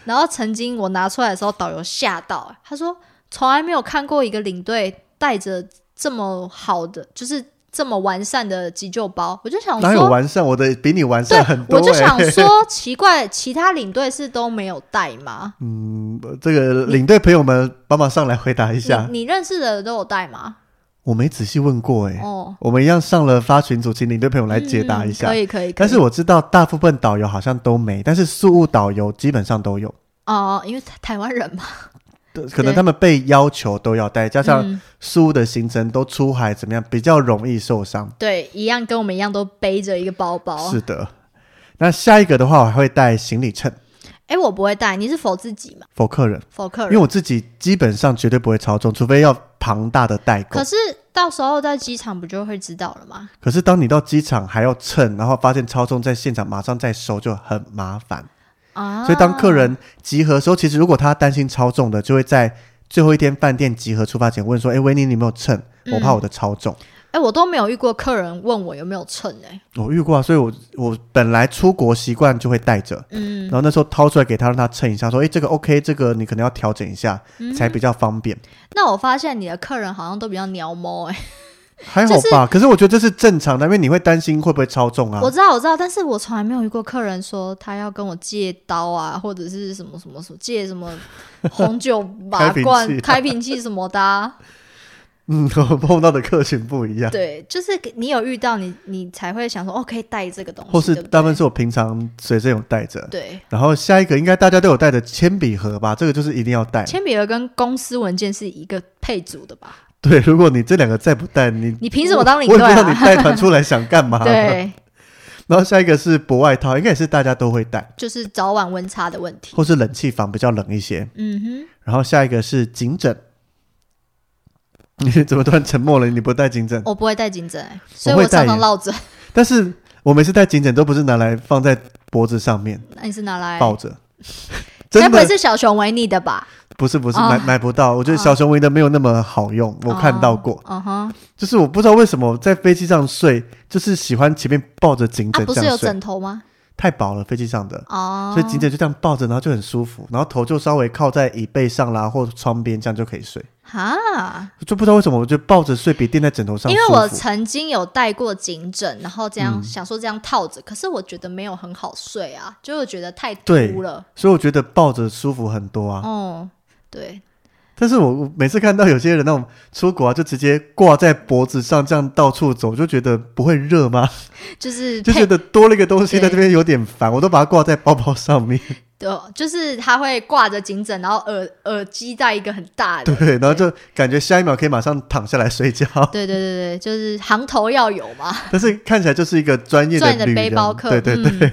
然后曾经我拿出来的时候，导游吓到，他说从来没有看过一个领队带着这么好的，就是这么完善的急救包。我就想哪有哦说，完善？我的比你完对善很，多、我欸。就想说，奇怪，其他领队是都没有带吗？嗯， 这个领队朋友们帮忙上来回答一你下，你认识的都有带吗？我没仔细问过哎、哦，我们一样上了发群组，请领队朋友来解答一下。嗯可以可以。可以但是我知道大部分导游好像都没，但是宿务导游基本上都有，哦、因为台台湾人嘛， 对可能他们被要求都要带，加上嗯、宿务的行程都出海，怎么样比较容易受伤？对，一样跟我们一样都背着一个包啊包。是的。那下一个的话，我还会带行李秤哎、我不会带，你是否自己嘛？ for 客人，否客因人为？我自己基本上绝对不会超重，除非要庞大的代购可。是到时候在机场不就会知道了吗？可是当你到机场还要称，然后发现超重，在现场马上再收就很麻烦。啊，所以当客人集合的时候，其实如果他担心超重的，就会在最后一天饭店集合出发前问说：“哎，维尼，你有没有称？嗯我怕我的超重。哎、我都没有遇过客人问我有没有秤哎、我遇过啊，所以我我本来出国习惯就会带着，嗯然后那时候掏出来给他，让他称一下，说：“哎，这个 OK，这个你可能要调整一下，嗯，才比较方便。那我发现你的客人好像都比较鸟猫哎、还好吧，可是我觉得这是正常的，因为你会担心会不会超重啊我。知道我知道，但是我从来没有遇过客人说他要跟我借刀啊，或者是什么 什么什么借什么红酒把开瓶器罐、啊开瓶器什么的啊、嗯， 碰到的客群不一样，对，就是你有遇到你，你才会想说，哦，可以带这个东西，或是对不对大部分是我平常随身有带着。对。然后下一个应该大家都有带的铅笔盒吧，这个就是一定要带。铅笔盒跟公司文件是一个配组 的吧？对，如果你这两个再不带，你你凭什么当领我队也不知道你 啊啊？带团出来想干嘛。。 对，然后下一个是薄外套，应该也是大家都会带，就是早晚温差的问题。或是冷气房比较冷一些。嗯然后下一个是颈枕。 你怎么突然沉默了？你不带颈枕哼，？我不会带颈枕、欸，所以我会我常带常耶落枕。但是我每次带颈枕都不是拿来放在脖子上面那你是拿来？抱着，该真不会的是小熊维尼的吧？不是不是哦买买不到。我觉得小熊维的没有那么好用，我看到过。嗯哼，就是我不知道为什么在飞机上睡，就是喜欢前面抱着颈啊，枕不这是有样睡，枕头吗？太薄了飞机上的。哦，所以颈枕就这样抱着，然后就很舒服，然后头就稍微靠在椅背上啦，或窗边，这样就可以睡。哈，就不知道为什么，我觉得抱着睡比垫在枕头上因舒为服。嗯我曾经有戴过颈枕，然后这样、想说这样套着，可是我觉得没有很好睡啊，就是觉得太对凸了。所以我觉得抱着舒服很多啊。哦，对，但是我我每次看到有些人那种出国啊，就直接挂在脖子上这样到处走，就觉得不会热吗？就是就配觉得多了一个东西对在这边有点烦，我都把它挂在包包上 面，对，哦就是它会挂着颈枕，然后耳耳机戴一个很大的。对，然后就感觉下一秒可以马上躺下来睡 觉，对对对对，就是行头要有 嘛，但是看起来就是一个专业赚你旅的人，背包客嗯对对对。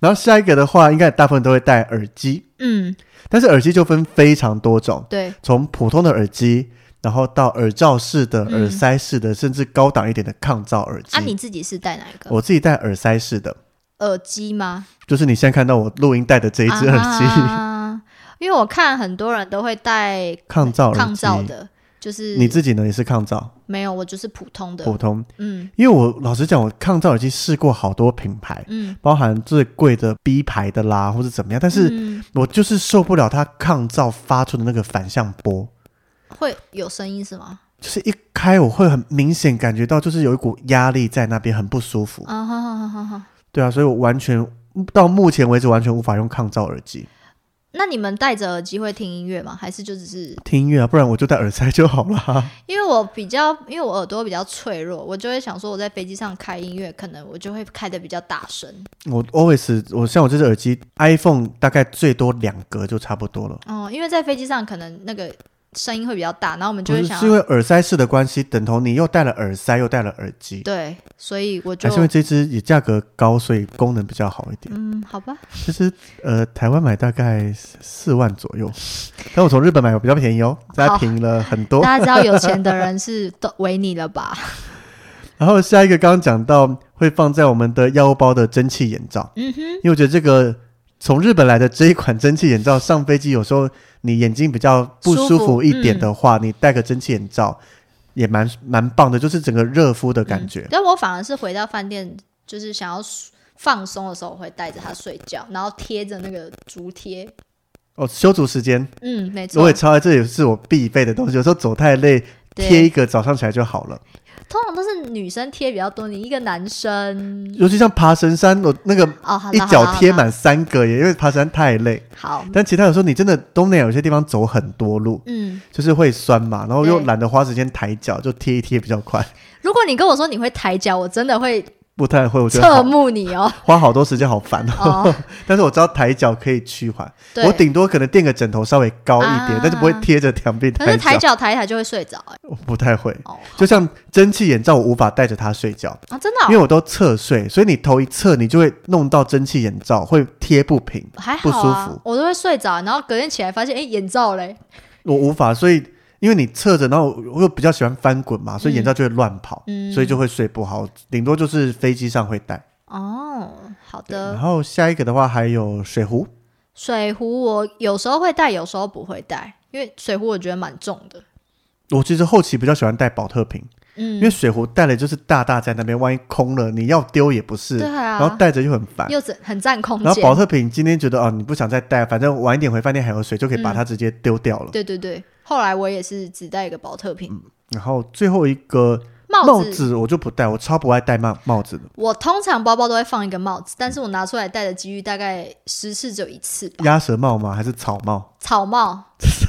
然后下一个的话，应该大部分都会戴耳机，嗯，但是耳机就分非常多种，对，从普通的耳机，然后到耳罩式的、嗯耳塞式的，甚至高档一点的抗噪耳机。啊，你自己是戴哪一个？我自己戴耳塞式的，耳机吗？就是你现在看到我录音戴的这一只耳机， 啊因为我看很多人都会戴抗噪耳机。抗噪的，就是你自己呢？也是抗噪，没有，我就是普通的，普通。嗯因为我老实讲，我抗噪耳机试过好多品牌，嗯，包含最贵的 B 牌的啦，或是怎么样，但是嗯我就是受不了它抗噪发出的那个反向波，会有声音是吗？就是一开我会很明显感觉到，就是有一股压力在那边，很不舒服。啊，好好好好好。对啊，所以我完全到目前为止完全无法用抗噪耳机那你们戴着耳机会听音乐吗？还是就只是听音乐啊，不然我就戴耳塞就好啦。因为我比较，因为我耳朵比较脆弱，我就会想说我在飞机上开音乐，可能我就会开的比较大声。 我 always 我像我这只耳机，iPhone 大概最多两格就差不多了。哦、因为在飞机上可能那个声音会比较大，然后我们就不会是想是因为耳塞式的关系，等同你又戴了耳塞又戴了耳机，对，所以我还就是因为这只也价格高，所以功能比较好一点。嗯，好吧，其实呃，台湾买大概四万左右， 但我从日本买我比较便宜哦，它便宜了很多。大家知道有钱的人是 都为你了吧？然后下一个刚刚讲到会放在我们的药物包的蒸汽眼罩，嗯哼，因为我觉得这个从日本来的这一款蒸汽眼罩，上飞机有时候你眼睛比较不舒服一点的话，嗯你戴个蒸汽眼罩也蛮蛮棒的，就是整个热敷的感觉。嗯但我反而是回到饭店，就是想要放松的时候，我会带着它睡觉，然后贴着那个竹贴。哦，修足时间嗯，没错我也。超爱，这也是我必备的东西。有时候走太累，贴一对，个早上起来就好了。通常都是女生贴比较多，你一个男生尤其像爬神山，我那个哦，好啦一好啦嗯脚好贴啦满三个耶，因为爬山太累。好，但其他有时候你真的东南亚有些地方走很多路，嗯，就是会酸嘛，然后又对懒得花时间抬脚，就贴一贴比较快。如果你跟我说你会抬脚，我真的会不太会，我觉得侧好目你 哦。花好多时间，好烦哦。哦，但是我知道抬脚可以趋缓，对，我顶多可能垫个枕头稍微高一点，啊但是不会贴着墙壁可是抬抬脚抬一抬就会睡着、哎我不太会。哦，就像蒸汽眼罩，我无法戴着它睡觉，啊，真的哦、因为我都侧睡，所以你头一侧你就会弄到蒸汽眼罩会贴不平，还好啊，不舒服我都会睡着，然后隔天起来发现，哎、眼罩嘞，我无法，所以。因为你侧着，然后我我又比较喜欢翻滚嘛，所以眼罩就会乱跑，嗯所以就会睡不好。顶多就是飞机上会戴。哦，好对的然。后下一个的话还有水壶，水壶我有时候会带，有时候不会带，因为水壶我觉得蛮重的。我其实后期比较喜欢带保特瓶，因为嗯，水壶带了就是大大在那边，万一空了你要丢也不是，对啊，然后带着又很烦。又只很占空然后间。保特瓶今天觉得哦，你不想再带，反正晚一点回饭店还有水，就可以把嗯它直接丢掉了。对对对，后来我也是只带一个保特瓶，然后最后一个帽嗯帽子我就不戴，我超不爱戴帽帽子的。我通常包包都会放一个帽子，但是我拿出来戴的几率大概十次只有一次吧。鸭舌帽吗？还是草帽？ 草帽，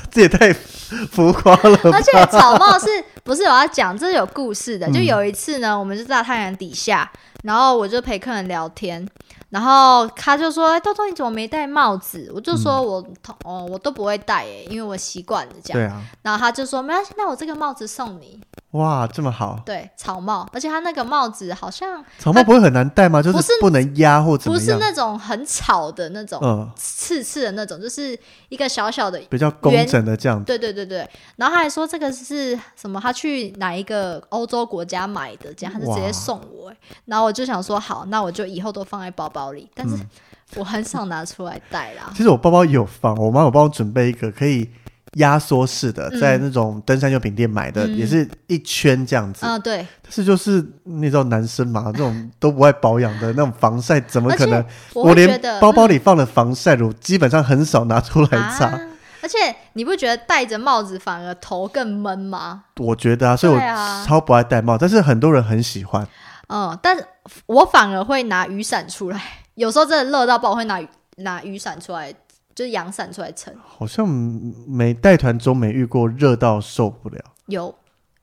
这也太浮夸了吧！而且草帽是不是我要讲，这是有故事的。就嗯有一次呢，我们就在太阳底下，然后我就陪客人聊天，然后他就说：“哎，豆豆你怎么没戴帽子？”我就说我：“同哦，我都不会戴耶，因为我习惯了嗯这样。对啊，”然后他就说：“没关系，那我这个帽子送你，哇，这么好，对，草帽，而且他那个帽子好像草帽不会很难戴吗？就呃不是不能压或怎不么是样？那种很草的那种，嗯，刺刺的那种，就是一个小小的比较工整的这样子。对对对对，然后他还说这个是什么？他去哪一个欧洲国家买的？这样他就直接哇送我、欸。然后我就想说，好，那我就以后都放在包包里，但嗯是 我很少拿出来带啦。其实我包包有放，我妈有帮我准备一个可以压缩式的，嗯在那种登山用品店买的，嗯也是一圈这样子。嗯，对，但是就是你知道男生嘛，这种都不爱保养的那种防晒，怎么而可且能？会觉连得包包里放的防晒乳，基本上很少拿出来嗯擦。啊而且你不觉得戴着帽子反而头更闷吗？我觉得啊，所以我对啊超不爱戴帽，但是很多人很喜欢。嗯，但是我反而会拿雨伞出来，有时候真的热到爆，我会拿雨拿雨伞出来，就是阳伞出来撑。好像没带团中没遇过热到受不了。有，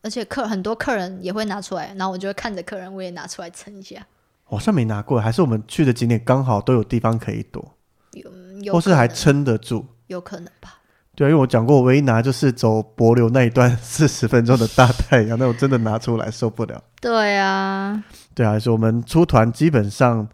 而且客很多客人也会拿出来，然后我就会看着客人，我也拿出来撑一下。好像没拿过，还是我们去的景点刚好都有地方可以躲，嗯有或可是还能撑得住。有可能吧？对啊，因为我讲过，我唯一拿就是走柏流那一段 四十分钟的大太阳，那我真的拿出来受不了。对啊，对啊，所以我们出团基本上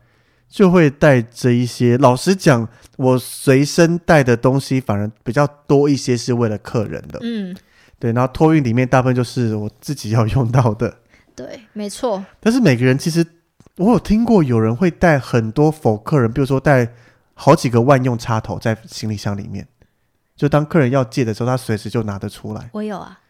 就会带这一些。老实讲，我随身带的东西反而比较多一些，是为了客人的。嗯，对，然后托运里面大部分就是我自己要用到的。对，没错，但是每个人其实，我有听过有人会带很多否客人，比如说带好几个万用插头在行李箱里面，就当客人要借的时候，他随时就拿得出来。我有啊。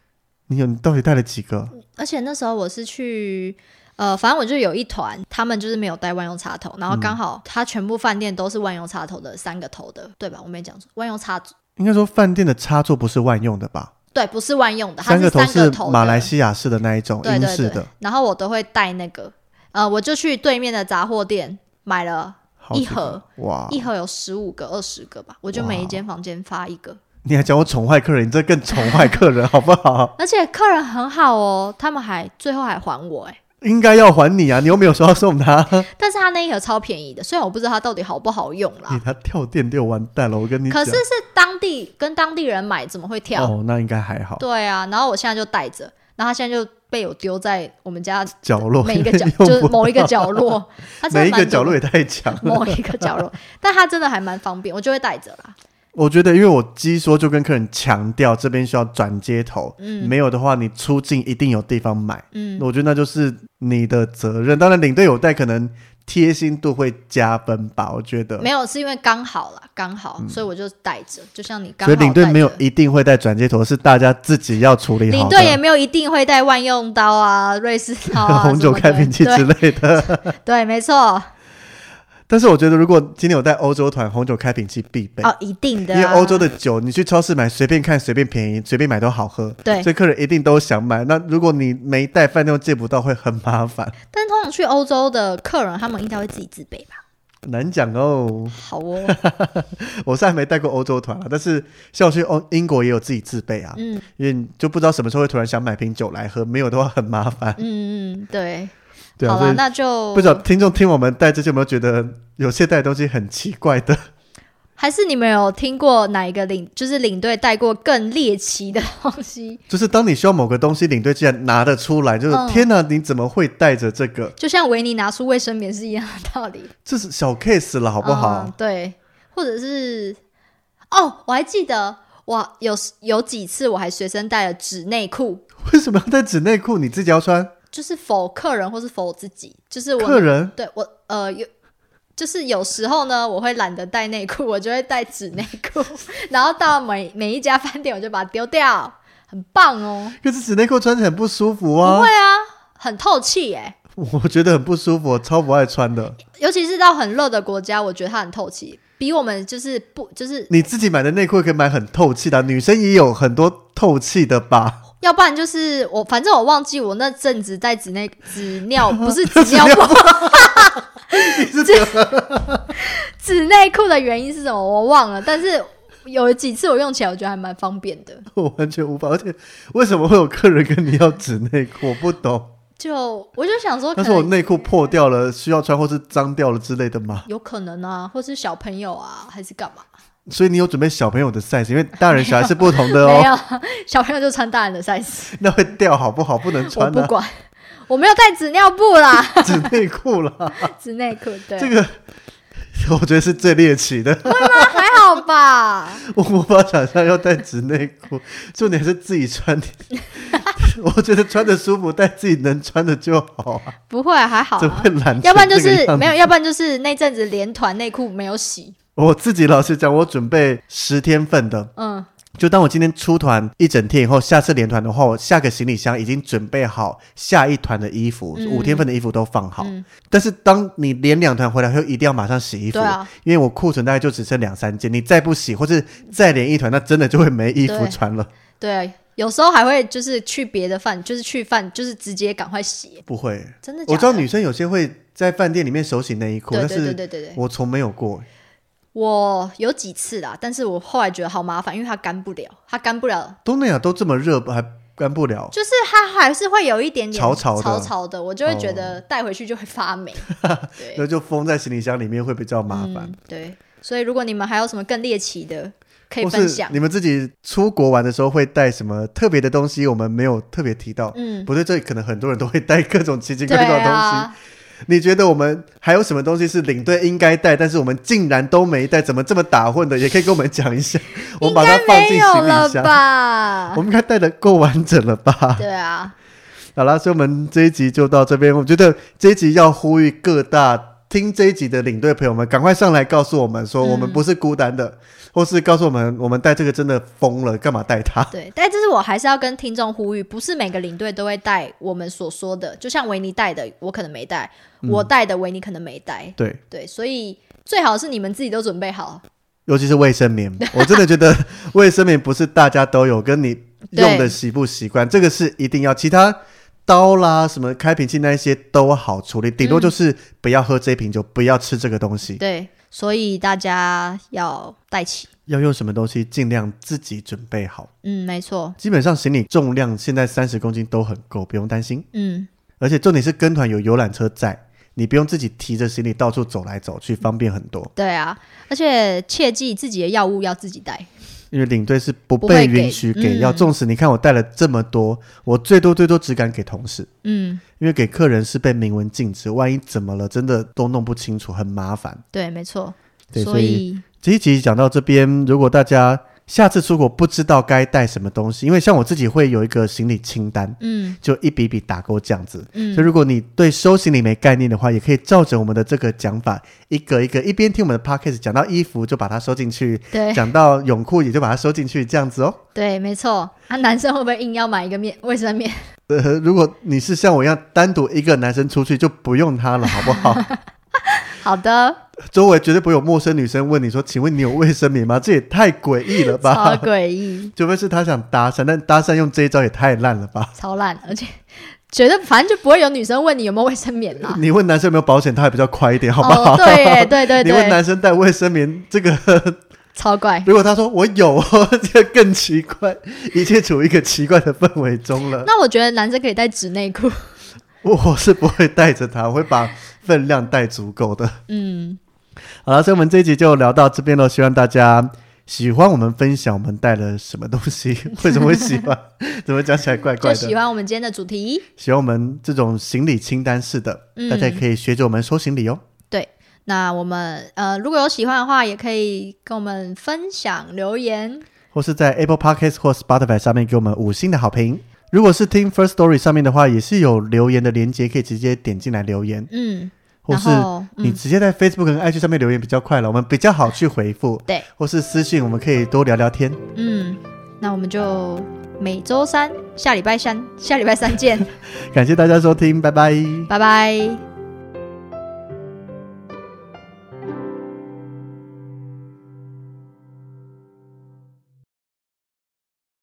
你有你到底带了几个？而且那时候我是去。呃，反正我就有一团，他们就是没有带万用插头，嗯然后刚好他全部饭店都是万用插头的三个头的，对吧？我没讲错，万用插应该说饭店的插座不是万用的吧？对，不是万用的，它个三是个头的。马来西亚式的那一种对英对式对的，，然后我都会带那个，呃，我就去对面的杂货店买了好几一盒个哇！一盒有十五个、二十个吧，我就每一间房间发一个，你还讲我宠坏客人，你这更宠坏客人好不好？ 而且客人很好哦，他们还最后还还我哎，应该要还你啊！你又没有说要送 他，但是他那一盒超便宜的，虽然我不知道它到底好不好用你啦，他跳电就完蛋了。我跟你可讲，是是当地跟当地人买怎么会跳？哦，那应该还好，对啊，然后我现在就带着，然后他现在就被我 丢在我们家角落每 一个角，用就是不某一个到 角落，他真的每一个啊蛮角多落也太强了。 某一个角落，但它真的还蛮方便，我就会带着啦。我觉得，因为我鸡说就跟客人强调这边需要转接头，嗯没有的话你出境一定有地方买。嗯，我觉得那就是你的责任。当然，领队有带可能贴心度会加分吧，我觉得没。有是因为刚好啦，刚好，所以我就带着，就像你嗯刚所好以领队带没有着一定会带转接头，是大家自己要处理好的。领队也没有一定会带万用刀 啊、瑞士刀啊、红酒什么的开瓶器之对类的。对，没错，哦，但是我觉得，如果今天有带欧洲团，红酒开瓶器必备。一定的、因啊，为欧洲的酒，你去超市买，随便看、随便便宜、随便买都好喝，对所以客人一定都想买。那如果你没带，饭店又借不到，会很麻烦， 但通常去欧洲的客人，他们应该会自己自备吧？难讲哦。好哦，我是还没带过欧洲团了，但是像我去欧英国也有自己自备啊， 嗯因为你就不知道什么时候会突然想买瓶酒来喝，没有的话很麻烦。嗯嗯，对，对啊，好所了，以那就不知道听众听我们带这些有没有觉得有些带的东西很奇怪的？ 还是你们有听过哪一个领，就是领队带过更猎奇的东西？ 就是当你需要某个东西，领队竟然拿得出来，就是、嗯天哪，你怎么会带着这个？就像维尼拿出卫生棉是一样的道理，这是小 case 了，好不好？嗯对，或者是哦，我还记得我有有几次我还随身带了纸内裤， 为什么要带纸内裤？你自己要穿？就是否客人或是否自己，就是我客人对我呃有。就是有时候呢，我会懒得带内裤，我就会带纸内裤， 然后到每每一家饭店我就把它丢掉，很棒哦。可是纸内裤穿起来很不舒服不啊会，啊，很透气耶、我觉得很不舒服，我超不爱穿的。尤其是到很热的国家，我觉得它很透气，比我们就是不就是你自己买的内裤可以买很透气的啊、女生也有很多透气的 吧？要不然就是我，反正我忘记我那阵子在纸内纸尿不是纸尿布， 纸纸内裤的原因是什么，我忘了。但是有几次我用起来，我觉得还蛮方便的。我完全无法，而且为什么会有客人跟你要纸内裤？我不懂。就我就想说，可但是我能内裤破掉了，需要穿或是脏掉了之类的吗？有可能啊，或是小朋友啊，还是干嘛？所以你有准备小朋友的 size，因为大人小孩是不同的 没哦，有，小朋友就穿大人的 size，那会掉好不好？不能我穿不啊，管，我没有带纸尿布 啦，纸内裤啦，纸内裤 对，这个我觉得是最猎奇的。啊还好吧？ 我无法想象要带纸内裤，重点是自己穿。 我觉得穿的舒服，带自己能穿的就好啊，不会，还好怎么啊会。懒成这个样子？要不然就是没有，要不然就是那阵子连团内裤没有洗，我自己老实讲，我准备十天份的，嗯，就当我今天出团一整天以后，下次连团的话，我下个行李箱已经准备好下一团的衣服，嗯五天份的衣服都放好。嗯但是当你连两团回来后，一定要马上洗衣服，对啊，因为我库存大概就只剩两三件，你再不洗或是再连一团，那真的就会没衣服对穿了。对，有时候还会就是去别的饭，就是去饭，就是直接赶快洗，不会，真的假的？我知道女生有些会在饭店里面手洗内衣裤，对但对对是对对对，我从没有过。我有几次啦，但是我后来觉得好麻烦，因为它干不了，它干不了，东南亚都这么热，还干不了。就是它还是会有一点点潮潮的哦潮潮的，我就会觉得带回去就会发 霉。对，那就封在行李箱里面会比较麻烦，嗯，对，所以如果你们还有什么更猎奇的，可以或分是享。你们自己出国玩的时候会带什么特别的东西？我们没有特别提到，嗯，不对，这里可能很多人都会带各种奇奇对怪怪的东西。啊，你觉得我们还有什么东西是领队应该带，但是我们竟然都没带，怎么这么打混的？也可以跟我们讲一下，我们应把它该放进没有行了李箱。吧我？们应该带的够完整了吧？ 对啊，好啦，所以我们这一集就到这边。我觉得这一集要呼吁各大听这一集的领队朋友们，赶快上来告诉我们说，嗯我们不是孤单的，或是告诉我们，我们带这个真的疯了，干嘛带它？对，但这是我还是要跟听众呼吁，不是每个领队都会带我们所说的，就像维尼带的，我可能没带；嗯我带的维尼可能没带。对，对，所以最好是你们自己都准备好。尤其是卫生 棉，我真的觉得卫生棉不是大家都有，跟你用的对习不习惯，这个是一定要。其他刀啦、什么开瓶器那一些都好处嗯理，顶多就是不要喝这一瓶酒，不要吃这个东西，对，所以大家要带齐。要用什么东西尽量自己准备好。嗯，没错。基本上行李重量现在三十公斤都很够，不用担心。嗯，而且重点是跟团有游览车在，你不用自己提着行李到处走来走去，方便很多。对啊，而且切记自己的药物要自己带。因为领队是不不被会给允许给嗯药，纵使你看我带了这么多，我最多最多只敢给同事，嗯，因为给客人是被明文禁止，万一怎么了，真的都弄不清楚，很麻烦。对，没错。对，所所以这一集讲到这边，如果大家下次出国不知道该带什么东西，因为像我自己会有一个行李清单，嗯就一笔笔打勾这样子。嗯所以如果你对收行李没概念的话，也可以照着我们的这个讲法，一个一个一边听我们的 podcast 讲到衣服就把它收进去，对讲到泳裤也就把它收进去，这样子哦。 对，没错。啊，男生会不会硬要买一个面 卫生棉？呃，如果你是像我一样单独一个男生出去，就不用它了，好不 好？好的，周围绝对不会有陌生女生问你说：“请问你有卫生棉吗？”这也太诡异了超 吧！诡异，除非是他想搭讪，但搭讪用这一招也太烂了 吧！超烂，而且觉得反正就不会有女生问你有没有卫生棉啦。你问男生有没有保险，他还比较快一点， 好不好？哦，对耶，对对 你问对，男生带卫生棉，这个超 怪。如果他说我有 哦，这个更奇怪，一切处于一个奇怪的氛围中了。那我觉得男生可以带纸内裤。我是不会带着它，我会把分量带足够的。嗯，好了，所以我们这一集就聊到这边了，希望大家。喜欢我们分享我们带了什么东 西？为什么会喜欢？怎么讲起来怪怪就的？喜欢我们今天的主题。喜欢我们这种行李清单式的，嗯大家也可以学着我们收行李哦。那我们呃，如果有喜欢的话，也可以跟我们分享留言。或是在 Apple Podcast 或 Spotify 上面给我们五星的好评。如果是听 First Story 上面的话，也是有留言的连接，可以直接点进来留言，嗯，或然是后你嗯，直接在 Facebook 跟 IG 上面留言比较快了，我们比较好去回复，对，或是私信我们可以多聊聊天。嗯，那我们就每周三、下礼拜三、下礼拜三见，感谢大家收听，拜拜。拜拜。